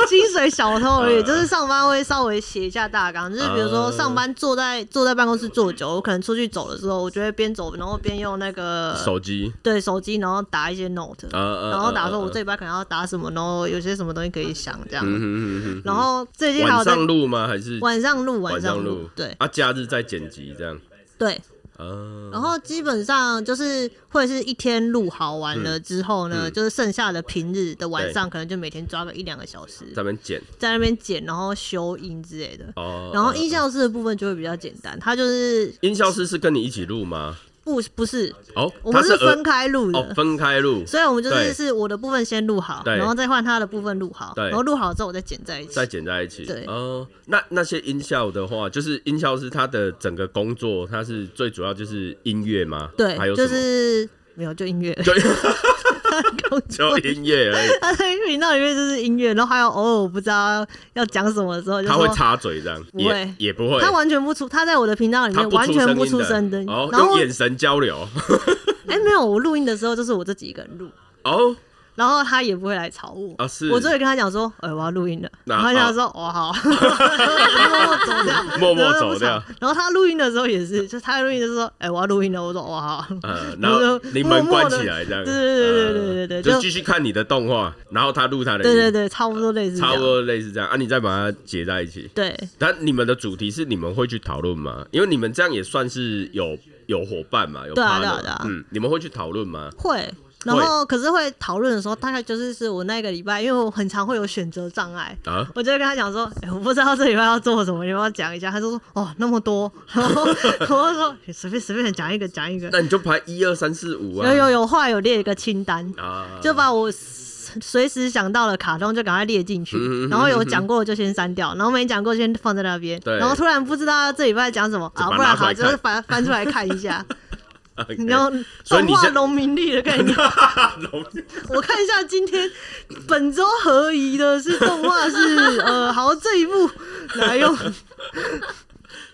B: 薪水小偷而已，
A: 嗯
B: 就是上班会稍微写一下大纲，就是比如说上班坐在坐在办公室坐久，我可能出去走的时候，我就会边走然后边用那个
A: 手机
B: 对手机，然后打一些 note，
A: 啊啊
B: 然后打说
A: 啊啊
B: 我这礼拜可能要打什么，然后有些什么东西可以想这样。
A: 嗯哼哼
B: 然后最
A: 哼
B: 近还有
A: 晚
B: 在
A: 上录吗？还是
B: 晚上录，晚
A: 晚
B: 上
A: 上
B: 录
A: 录？，
B: 对
A: 啊，假日再剪辑这样。
B: 对。
A: 啊，
B: 然后基本上就是会是一天录好完了
A: 嗯
B: 之后呢，就是剩下的平日的晚上，可能就每天抓个一两个小时，
A: 在那边剪
B: 在那边剪，然后修音之类的。
A: 哦。
B: 然后
A: 哦
B: 音效师的部分就会比较简单，它就是
A: 音效师是跟你一起录吗？
B: 不不是，
A: 哦，
B: 我
A: 他
B: 们是
A: 耳
B: 分开录
A: 哦
B: 的，
A: 分开录，
B: 所以我们就是
A: 对
B: 是我的部分先录好，
A: 对
B: 然后再换他的部分录好，
A: 对
B: 然后录好之后我再剪在一起
A: 再。剪在一起。
B: 对
A: 哦，那那些音效的话，就是音效是他的整个工作，他是最主要就是音乐吗？
B: 对
A: 还，有什
B: 就
A: 么？
B: 是没有就音乐，
A: 就
B: 工作
A: 就音乐而已，
B: 他在频道里面就是音乐，然后还有偶尔不知道要讲什么的时候，就
A: 他会
B: 说
A: 插嘴这样，
B: 不会
A: 也也不会，
B: 他完全不出，他在我的频道里
A: 他
B: 面完全不
A: 出
B: 出声
A: 声
B: 的
A: 音。哦，
B: 然后
A: 用眼神交流，
B: 哎，没有，我录音的时候就是我自己一个人录，
A: 哦，
B: 然后他也不会来吵我。
A: 啊是
B: 我就会跟他讲说，哎，我要录音了。
A: 那啊
B: 然后他说，哦好， 默默走掉，
A: 默默
B: 然后就不
A: 走掉
B: 吵。然后他录音的时候也是，就他录音的时候，哎，我要录音了。我说，哦好。
A: 呃，然
B: 然后
A: 后
B: 就
A: 你门
B: 默默
A: 关
B: 地
A: 起来这样，
B: 对对对对对对对
A: 呃
B: 就
A: 就继续看你的动画，然后他录他的，
B: 对对，对，差不多类似这
A: 差不
B: 样。
A: 多类似这样啊，你再把它结在一起。
B: 对，
A: 但你们的主题是你们会去讨论吗？因为你们这样也算是有有伙伴嘛，有
B: 对啊
A: partner
B: 对啊对啊
A: 嗯，你们会去讨论吗？
B: 会。然后可是会讨论的时候，大概就是是我那个礼拜，因为我很常会有选择障碍，
A: 啊，
B: 我就会跟他讲说、哎，我不知道这礼拜要做什么，你要不要讲一下？他就说哦那么多， 然后我就说哎随便随便讲一个讲一个，
A: 那你就排一二三四五啊，
B: 有有有，后来有列一个清单，
A: 啊，
B: 就把我随时想到的卡通就赶快列进去，
A: 嗯嗯嗯
B: 然后有讲过的就先删掉，然后没讲过就先放在那边，
A: 对
B: 然后突然不知道这礼拜讲什么
A: 就把
B: 啊，
A: 它
B: 不然
A: 拿出来
B: 好就是
A: 看
B: 翻翻出来看一 下，
A: OK
B: 你要
A: 所以
B: 动
A: 你
B: 画
A: 现
B: 农民力的 概念。我看一下今天本周合宜的是动画是呃，好这一部哪用？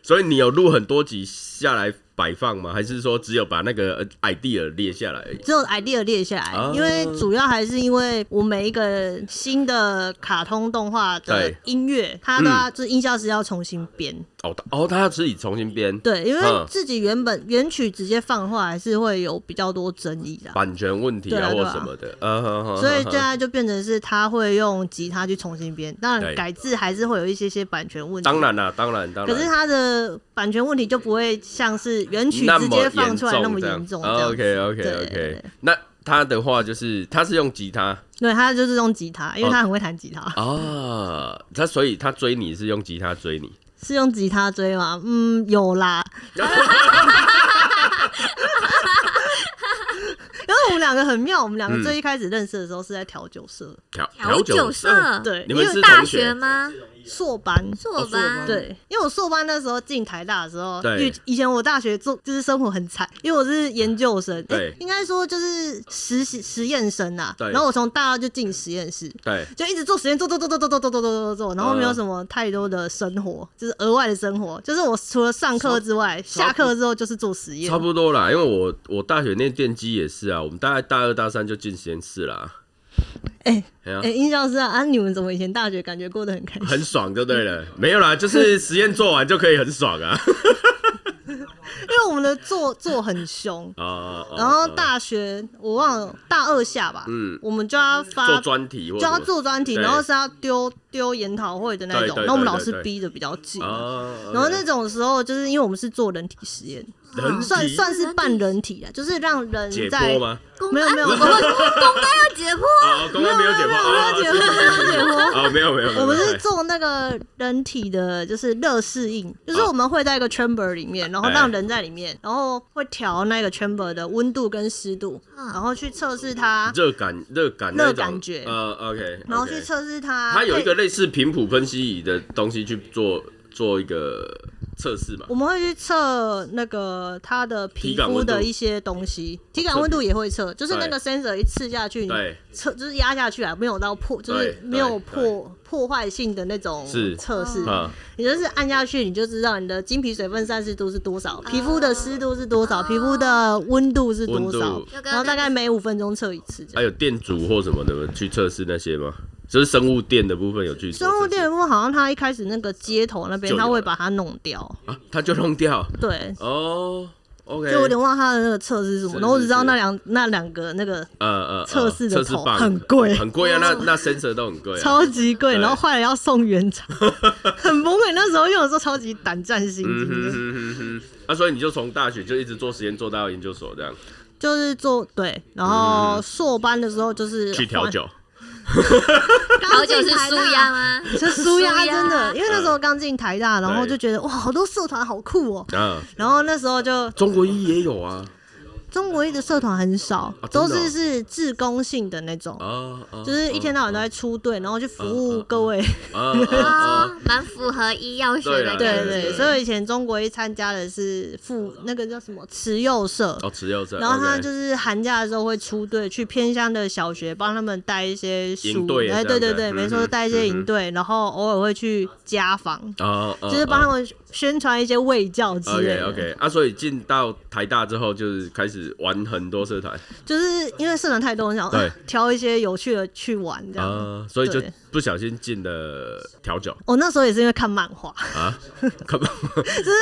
A: 所以你有录很多集下来摆放吗？还是说只有把那个呃 idea 列下来而已？
B: 只有 idea 列下来，
A: 啊
B: 因为主要还是因为我每一个新的卡通动画的
A: 对嗯
B: 音乐，它都要、就是音效是要重新编，
A: 哦他哦，他要自己重新编，
B: 对，因为
A: 嗯
B: 自己原本原曲直接放的话，还是会有比较多争议的。
A: 版权问题
B: 对啊
A: 啊
B: 对
A: 或
B: 啊
A: 什么的，呃，呵呵呵
B: 所以啊现
A: 呵
B: 在就变成是他会用吉他去重新编，当然
A: 对
B: 改字还是会有一些些版权问题。
A: 当然啦，当然当
B: 可是
A: 然。
B: 它的版权问题就不会像是原曲
A: 那
B: 直
A: 么
B: 接放出来那么
A: 这
B: 严
A: 样
B: 重这样
A: 哦
B: 子。
A: OK OK
B: 对
A: OK，那他的话就是他是用吉他
B: 对，他就是用吉他，因为
A: 哦
B: 他很会弹吉他，
A: 啊，他所以他追你是用吉他追你，
B: 是用吉他追吗？嗯， 有啦。因为我们两个很妙，我们两
A: 嗯
B: 个最一开始认识的时候是在调酒社，
A: 调嗯
C: 调酒社，
B: 对
A: 你
C: 你
A: 们
C: 有
A: 是
C: 大
A: 同哦
C: 学吗？
B: 硕班。
C: 硕
A: 硕班
C: 班，
B: 对，因为我硕班那时候进台大的时候，
A: 对
B: 遇以前我大学做就是生活很惨，因为我是研究生，
A: 对
B: 诶应该说就是实习实验生啊。
A: 对
B: 然后我从大二就进实验室，
A: 对，
B: 就一直做实验，做做做做做做做做做做做，然后没有什么太多的生活，就是额外的生活，就是我除了上课之外，下课之后就是做实验
A: 差。不多啦。因为我我大学念电机也是啊，我们大概大二大三就进实验室啦。
B: 哎
A: 哎呀
B: 哎，印象是啊，啊你们怎么以前大学感觉过得很开心？
A: 很爽就对了，没有啦，就是实验做完就可以很爽 啊。
B: 因为我们的做做很凶，
A: 啊啊，啊
B: 然后
A: 啊
B: 大学我忘了大二下吧，
A: 嗯
B: 我们就要
A: 做
B: 发
A: 专题或
B: 就
A: 什
B: 要
A: 么
B: 做专题，
A: 对
B: 然后是要丢丢研讨会的那
A: 对
B: 种，
A: 对
B: 然后我们
A: 对
B: 老
A: 对
B: 师
A: 对
B: 逼的比较紧。
A: 啊，
B: 然后那种时候，就是因为我们是做人体实验，
A: 人
B: 算
A: 啊体
B: 算是半人体啊，就是让人
A: 解
B: 在
A: 剖吗？
C: 公
B: 没有
C: 安
B: 没有
C: 我们公安要解剖，
A: 啊，公安没有解剖啊，
B: 没有没有没有解剖
A: 啊，没有没有没有，
B: 我们是
A: 对
B: 做那个人体的，就是热适应，就是我们会在一个 chamber 里面，然后
A: 啊哎
B: 让人在里面，然后会调那个 chamber 的温度跟湿度，
A: 啊
B: 然后去测试它，
A: 热感热感那
B: 热
A: 种
B: 感觉
A: 呃，OK，
B: 然后
A: OK
B: 去测试它。
A: 它有一个
B: 配
A: 类似频谱分析仪的东西去做做一个测试嘛
B: 我，们会去测那个它的皮
A: 体感
B: 肤
A: 温度
B: 的一些东西，体感温度也会测，就是那个 sensor 一刺下去，你
A: 对
B: 测就是压下去啊，没有到破，就是
A: 对
B: 没有
A: 对
B: 破破坏性的那种
A: 是
B: 测试。
A: 啊，
B: 你就是按下去，你就知道你的经皮水分散湿度是多少，皮肤的湿度是多少，皮肤的温度是多少
A: 温度，哎
B: 然后大概每五分钟测一次这样。
A: 还有电阻或什么的吗去测试那些吗？就是生物电的部分有去做
B: 生物
A: 测试
B: 电波好像它一开始那个接头那边，
A: 就有
B: 它会
A: 了
B: 把它弄掉。
A: 啊，它就弄掉
B: 对，
A: 哦，OK，
B: 就我有点忘它的那个测试是什么，
A: 是
B: 然后我只
A: 是
B: 知道
A: 是
B: 那两那两个那个
A: 呃呃呃
B: 测试的
A: 测试
B: 头
A: 棒
B: 很贵
A: 很贵啊，那那 sensor 都很贵啊，
B: 超级贵，
A: 对
B: 然后坏了要送原 厂，很崩溃。那时候用的时候超级胆战心
A: 嗯
B: 惊
A: 哼
B: 的，
A: 哼哼哼，啊，所以你就从大学就一直做实验做到研究所这样
B: 就是做对，然后硕班的时候就是
A: 嗯去调，酒，
C: 调酒是舒压吗？
B: 就舒压
C: 舒压
B: 真的，因为那时候刚进台大，然后
A: 对
B: 就觉得哇，好多社团好酷哦。
A: 啊，
B: 然后那时候就
A: 中国医也有啊，
B: 中国一的社团很少
A: 啊，真
B: 都
A: 的哦
B: 是是志工性的那种，
A: 啊，啊
B: 就是一天到晚都在出
A: 哦
B: 队，然后去服务各位。
A: 啊啊啊啊
C: 哦，蛮符合医药学的
A: 对
B: 对
A: 啊
C: 感
B: 对
C: 觉
B: 对，。所以我以前中国一参加的是妇那个叫什么慈幼社。
A: 哦，持有者，
B: 然后他
A: OK
B: 就是寒假的时候会出队去偏乡的小学，帮他们带一些
A: 营
B: 书，
A: 队
B: 哎，
A: 这样
B: 对对
A: 子
B: 对，
A: 嗯
B: 没
A: 嗯
B: 错，
A: 嗯
B: 带一些营
A: 嗯
B: 队，然后偶尔会去家访，
A: 哦，
B: 就是帮他们宣传一些卫教之类
A: OK
B: 的。
A: OK 啊，所以进到台大之后，就是开始玩很多社团
B: 就是因为社团太多，你想
A: 对
B: 挑一些有趣的去玩这样。
A: 啊，所以就
B: 对
A: 不小心进了调酒
B: 我那时候也是因为看漫画，
A: 啊，看吧，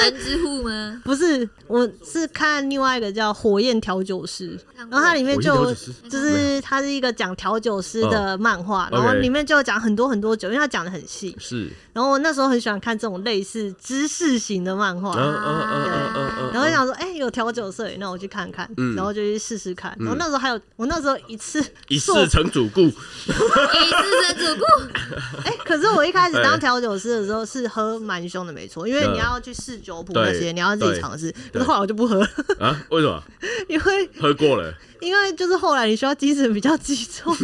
C: 人之户吗？
B: 不是，我是看另外一个叫《火焰调酒师》，
C: 看
B: 然
C: 过
B: 后它里面就
A: 火焰调酒师
B: 有就是它是一个讲调酒师的漫画，
A: 嗯
B: 然后
A: OK
B: 里面就有讲很多很多酒，因为它讲的很细。
A: 是，
B: 然后我那时候很喜欢看这种类似知识型的漫画，
A: 嗯嗯嗯嗯嗯嗯，
B: 啊然后想说，哎、有调酒社，那我去看看，然后就去试试看。
A: 嗯
B: 然后那时候还有，我那时候一次
A: 一
B: 硕
A: 世成主顾
C: 一次生主顾，
B: 哎、可是我 一开始
A: 哎
B: 当调酒师的时候是喝蛮凶的，没错，因为你要去试酒谱那些，
A: 对
B: 你要自己尝试。可是后来我就不喝了，
A: 啊，为什么
B: 因为
A: 喝过了？
B: 因为就是后来你需要精神比较集中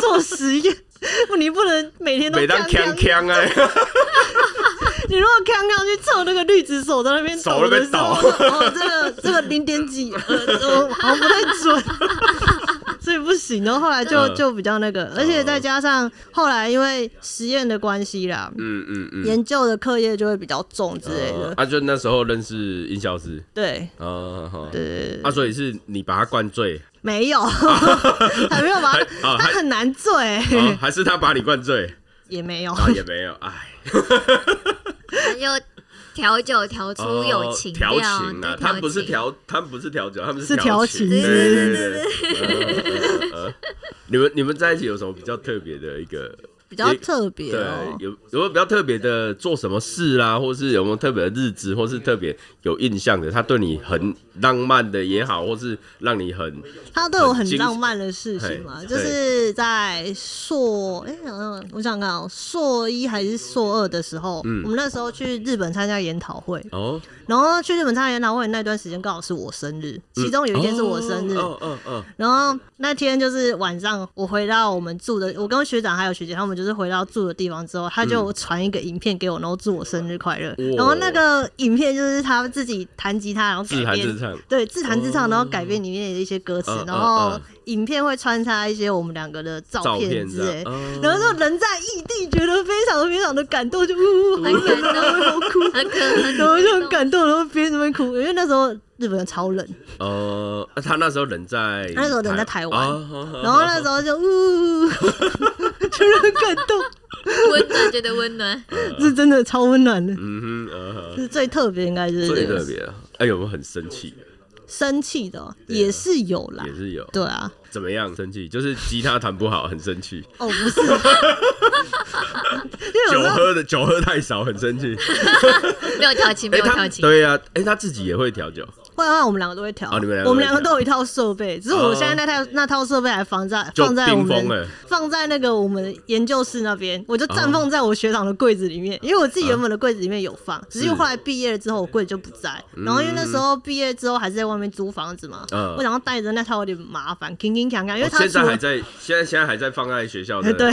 B: 做实验， 你不能每 天都
A: 每当
B: 锵
A: 锵
B: 锵。
A: 锵啊，
B: 你如果锵锵去凑那个绿植手在那边
A: 手在那边
B: 抖的时候，哦，这个这个零点几，呃，我好像不太准。 所以不行，然后后来就
A: 嗯
B: 就比较那个，而且再加上后来因为实验的关系啦，
A: 嗯嗯嗯，
B: 研究的课业就会比较重之类的。
A: 啊，就那时候认识音效师
B: 对，
A: 啊，好
B: 对
A: 啊，所以是你把他灌醉，
B: 没有， 还没有吧
A: 还？ 啊
B: 他很难醉，
A: 啊还是他把你灌醉？
B: 也没有。
A: 啊，也没有，哎。
C: 他就调酒调出有情
A: 哦调
C: 调，
A: 情啊，
C: 对
A: 他们不是
C: 情
A: 调，他们不是调酒，他们
B: 是调
A: 情。
B: 情
A: 对
B: 是
A: 对对对。呃呃呃呃你们你们在一起有什么比较特别的一个
B: 比较
A: 也
B: 特别
A: 对
B: 哦，。
A: 有有没有比较特别的做什么事啦，或是有没有特别的日子，或是特别有印象的？他对你很浪漫的也好，或是让你很
B: 他对我很
A: 很精
B: 浪漫的事情嘛，
A: 嘿
B: 就是在硕哎、嗯，我想想看哦，硕一还是硕二的时候，
A: 嗯
B: 我们那时候去日本参加研讨会，
A: 哦，
B: 然后去日本参加研讨会那段时间刚好是我生日，其中有一天是我生日，
A: 嗯哦哦哦，
B: 然后那天就是晚上，我回到我们住的，我跟学长还有学姐他们就是回到住的地方之后，他就传一个影片给我，然后祝我生日快乐。
A: 嗯哇
B: 然后那个影片就是他自己弹吉他，然后
A: 自
B: 改
A: 弹
B: 编
A: 自，唱，
B: 对，自弹自唱，然后改编里面的一些歌词
A: 哦嗯，嗯
B: 然后
A: 嗯
B: 影片会穿插一些我们两个的照
A: 照片
B: 片
A: 这
B: 之
A: 样
B: 类。
A: 哦
B: 然后就人在异地，觉得非常非常的感动，就呜呜呜，好
C: 很
B: 冷
C: 感
B: 啊，我要哭，
C: 动，很可很
B: 然后就很
C: 动
B: 感动，然后边那边哭，因为那时候日本超 冷，
A: 呃，啊他那时候人在
B: 那时候人在台湾
A: 哦哦哦
B: 然后那时候就呜， 就是很感动，
C: 温暖，觉得温暖。
B: 是真的超温暖的，
A: 嗯哼，呃，
B: 是最特别应该就是
A: 最特别了。哎，有没有很生气？
B: 生气的哦也是有啦
A: 啊也，是有，
B: 对啊，
A: 怎么样生气？就是吉他弹不好，很生气；
B: 哦不 是，因 为
A: 酒
B: 有时候
A: 喝的酒喝太少，很 生气。
C: 没有调情，没
A: 哎，
C: 有
A: 他
C: 调情。
A: 对呀，哎，他自己也会调酒，
B: 会啊的话我们两个都会调
A: 哦你们两，个
B: 我们两个
A: 都
B: 都
A: 会调哦
B: 有一套设备，只是我现在那套那套设备还放在
A: 就
B: 放在我
A: 冰封了
B: 们放在那个我们研究室那边，我就绽放在我学长的柜子里
A: 哦
B: 面，因为我自己原本的柜子里面有
A: 嗯
B: 放，只是后来毕业了之后我柜子就不在，然后因为那时候毕业之后还是在外面租房子嘛
A: 嗯，
B: 我想要带着那套有点麻烦，勤勤强强，因为
A: 哦
B: 他
A: 现
B: 除
A: 在还
B: 了
A: 在，现在现在还在放在学校的。
B: 对，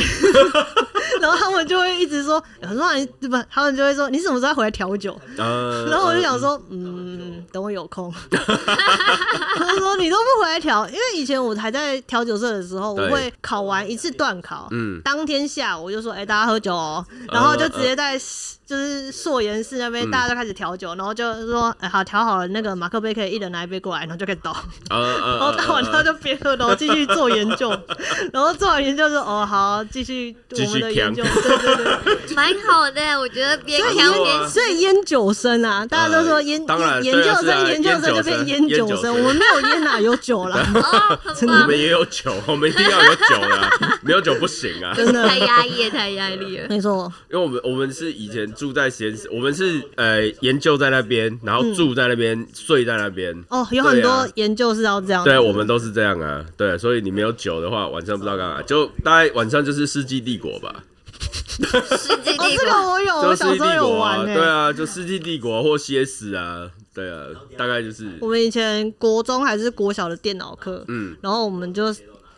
B: 然后他们就会一直说，很多 人不，他们就会说你什么时候要回来调酒？
A: 呃，
B: 然后我就想说，嗯，等我有空。他说你都不回来调，因为以前我还在调酒社的时候，
A: 对
B: 我会考完一次段考，
A: 嗯
B: 当天下午我就说，哎、大家喝酒哦，然后就直接在就是硕研室那边，大家就开始调酒，然后就说，哎、好，调好了，那个马克杯可以一人拿一杯过来，然后就开始倒，
A: 呃呃，
B: 然后倒完他就边喝，然后继续做研究，然后做完研究就，哦，好，继续
A: 继
B: 我们
A: 续
B: 的
A: 扛
B: 研究，对对对。
C: 蛮好的，我觉得
B: 哎
C: 边调边
B: 所以烟酒生啊，大家都说烟、
A: 啊呃当然
B: 研
A: 对
B: 究
A: 啊是啊
B: 生、研究生就变
A: 烟
B: 烟
A: 酒生烟酒
B: 酒
A: 生
B: 生，我们没有烟啊哪有酒 啦，
C: 哦，很
A: 我
C: 棒
A: 们，也有酒， 我们一定要有酒 啦，没有酒不行啊。
B: 真的
C: 太。压抑了，太压力 了。
B: 没错，
A: 因为我们我们是以前住在实验室，我们是呃研究在那边，然后住在那边，睡在那边。
B: 嗯哦，有很
A: 对啊
B: 多研究是要这样。
A: 对，我们都是这样啊。对，所以你没有酒的话，晚上不知道干
B: 哦
A: 嘛，就大概晚上就是世纪帝国吧。
B: 哦，
C: 世界帝
B: 这个
C: 国，
B: 我有，
A: 就
B: 我
A: 世
B: 小
A: 纪
B: 时候
A: 帝
B: 有
A: 国啊，
B: 玩欸
A: 对
B: 呢。
A: 啊，就世纪帝国或 CS 啊，对啊，大概就是
B: 我们以前国中还是国小的电脑课，
A: 嗯
B: 然后我们就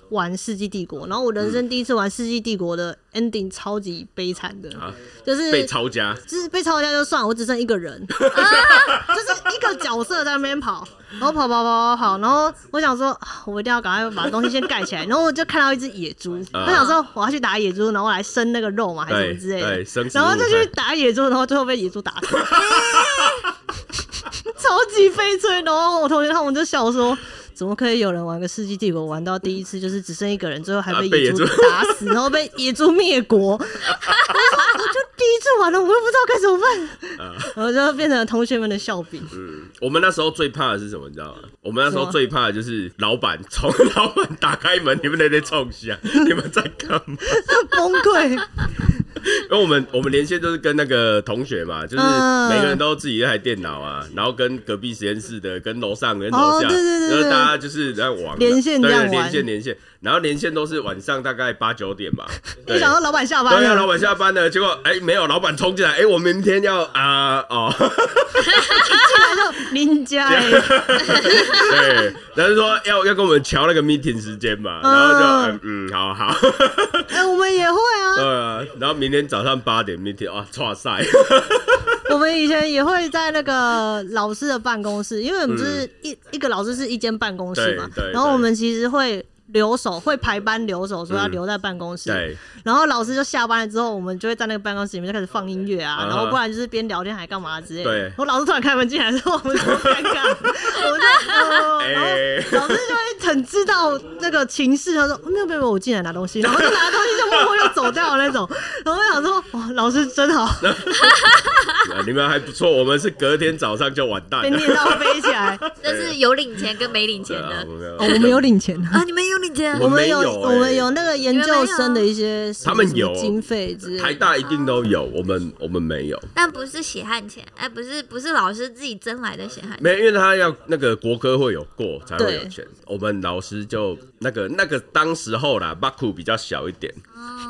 B: 玩《世纪帝国》，然后我人生第一次玩《世纪帝国》的 ending 超级悲惨的，
A: 啊，
B: 就是
A: 被抄家。
B: 就是被抄家就算，我只剩一个 人，啊就是一个角色在那边跑，然后跑跑跑跑跑，然后我想说，啊我一定要赶快把东西先盖起来，然后我就看到一只野猪，
A: 啊
B: 我想说我要去打野猪，然后来生那个肉嘛，还是什么之
A: 对
B: 类
A: 对
B: 的
A: 生，食
B: 然后
A: 物
B: 就去打野猪，然后最后被野猪打死， 超级悲催。然后我同学他们就笑说。怎么可以有人玩个《世纪帝国》玩到第一次就是只剩一个人，最后还
A: 啊
B: 被
A: 被
B: 野
A: 野
B: 猪
A: 猪
B: 打 死，然后被野猪灭国？我说我就第一次玩了，我又不知道该怎么办。
A: 啊
B: 然后就变成了同学们的笑柄。
A: 我们那时候最怕的是什么，你知道吗？我们那时
B: 什
A: 候
B: 么
A: 最怕的就是老板从老板打开门，你们在那边冲 下，你们在干嘛？
B: 崩溃，
A: 因为我们我们连线就是跟那个同学嘛，就是
B: 嗯
A: 每个人都自己一台电脑啊，然后跟隔壁实验室的、跟楼上、跟楼下，
B: 哦对对对对
A: 就是大家就是在玩
B: 连线
A: 对
B: 这样玩
A: 连线连线，然后连线都是晚上大概八九点吧。
B: 你
A: 对。
B: 想到老板下班
A: 对啊，老
B: 了，
A: 板下班了，结果哎、没有，老板冲进来，哎、我明天要啊、哦，
B: 进来就林家欸，
A: 对，然后说要要跟我们调那个 meeting 时间嘛，然后就嗯嗯，好 好，
B: 哎，我们也会啊，
A: 对啊，然后明天早上八点 meeting 啊，哇塞，
B: 我们以前也会在那个老师的办公室，因为我们就是一一个老师是一间办公室嘛
A: 嗯对对，嗯
B: 然后我们其实会。留守会排班留守，说要留在办公室。
A: 对，
B: 然后老师就下班了之后，我们就会在那个办公室里面就开始放音乐啊，
A: 嗯
B: 然后不然就是边聊天还干嘛之类的。
A: 对
B: 然后老师突然开门进来之后，我们就尴尬，我们就、呃然后
A: 哎
B: 老师就会很知道那个情势，他说哦没有没有没有，我进来拿东 西，然后就拿东西就默默又走掉的那种，然后我想说哇，老师真好，
A: 啊你们还不错，我们是隔天早上就完蛋
B: 被
A: 了。
B: 念到飞起来。
C: 这是有领钱跟没领钱
A: 对啊
C: 的
A: 我们
B: 哦，我们有领 钱啊。
C: 啊，你们有领钱
A: 我
B: 我们
A: 没有
B: 我
A: 欸
B: 们有那个研究生的一些什么
A: 他们有
B: 什么经费之类
A: 台
B: 的，
A: 大一定都有，我们我们没有，
C: 但不是血汗钱，哎，不是不是老师自己挣来的血汗钱，
A: 没有，因为他要那个国科会有过才会有
B: 对
A: 钱。我们老师就那个那个当时候啦，巴库比较小一点，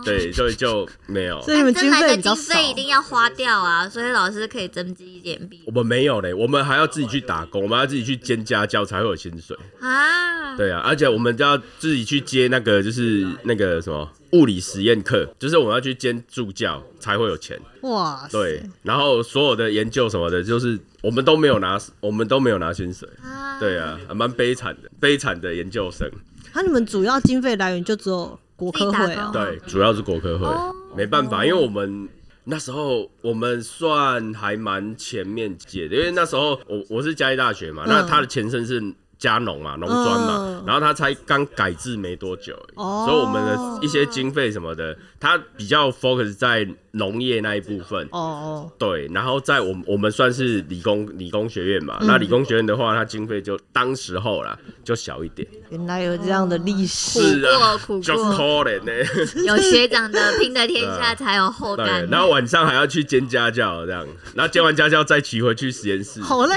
A: 对，所以就没有。
B: 哦所以你们
C: 哎挣
B: 经
C: 来
B: 费
C: 的
B: 比
C: 经
B: 较少。
C: 费一定要花掉啊，所以老师可以增肌一点币
A: 我们没有嘞，我们还要自己去打工，我们要自己去兼家教才会有薪水。
C: 啊。
A: 对啊，而且我们就要自己去接那个，就是那个什么物理实验课，就是我们要去兼助教才会有钱。
B: 哇塞，
A: 对，然后所有的研究什么的，就是我们都没有拿，我们都没有拿薪水。
C: 啊
A: 对啊，还蛮悲惨的，悲惨的研究生。
B: 那你们主要经费来源就只有国科
C: 自
B: 会
C: 己打
B: 啊
C: 工？
A: 对，主要是国科会，
C: 哦
A: 没办法，因为我们。那时候我们算还蛮前面解的，因为那时候我我是嘉义大学嘛，那它的前身是嘉农嘛，农专嘛，
B: 嗯
A: 然后它才刚改制没多久而已，
B: 哦
A: 所以我们的一些经费什么的，它比较 focus 在农业那一部分，
B: 哦哦，
A: 对，然后在我们我们算是理工理工学院
B: 嗯
A: 嘛，那理工学院的话，它经费就当时候啦就小一点，
B: 原来有这样的历史。
A: 是啊
C: 苦过，苦
A: 就
C: 过
A: 可怜呢。
C: 有学长的拼的天下才有后
A: 对啊
C: 代，，
A: 然后晚上还要去兼家教，这样，然后兼完家教再骑回去实验室，
B: 好累，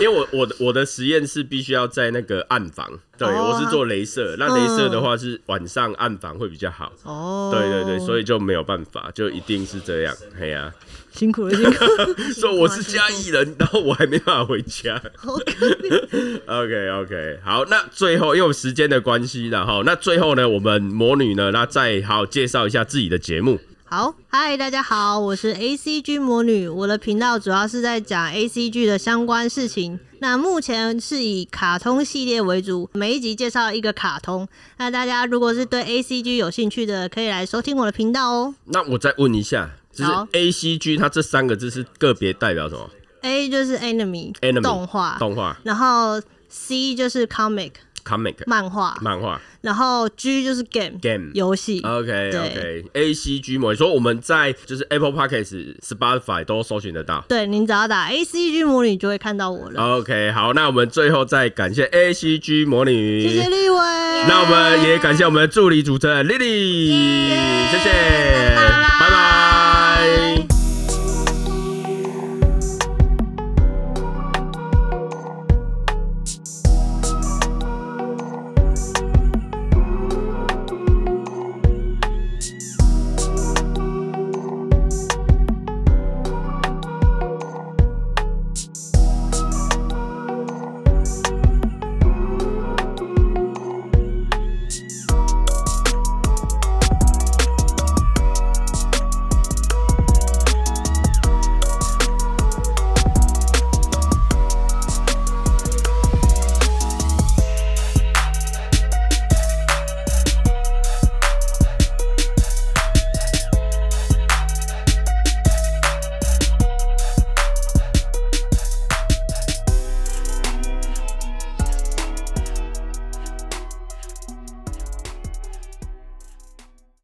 A: 因为我我的我的实验室必须要在那个暗房，对、
B: 哦嗯
A: 我是做镭射，那镭射的话是晚上暗房会比较好，
B: 哦，
A: 对对对，所以就没有办法，就一定是这样，嘿呀、
B: 辛苦啊了，辛苦了，
A: 所以我是嘉义人，然后我还没办法回家。
B: 好可怜
A: OK OK，好，那最后因为我们时间的关系，然后那最后呢，我们魔女呢，那再好好介绍一下自己的节目。
B: 好，嗨，大家好，我是 A C G 魔女，我的频道主要是在讲 A C G 的相关事情。那目前是以卡通系列为主，每一集介绍一个卡通。那大家如果是对 A C G 有兴趣的，可以来收听我的频道哦。
A: 那我再问一下，就是
B: 好
A: A C G 它这三个字是个别代表什么
B: A 就是 anime
A: ？anime
B: 动画，
A: 动画、
B: 然后 C 就是 comic
A: comic、
B: 漫画，
A: 漫画。
B: 然后 G 就是 game
A: Game 呃
B: 游戏。
A: OK
B: 对
A: OK A C G 魔女，所以我们在就是 Apple Podcast、Spotify 都搜寻得到。
B: 对，您只要打 A C G 魔女就会看到我了。
A: OK，好，那我们最后再感谢 A C G 魔女，
B: 谢谢立伟。
A: 那我们也感谢我们的助理主持人啊 Lily，谢谢，
C: 拜拜
A: 拜拜。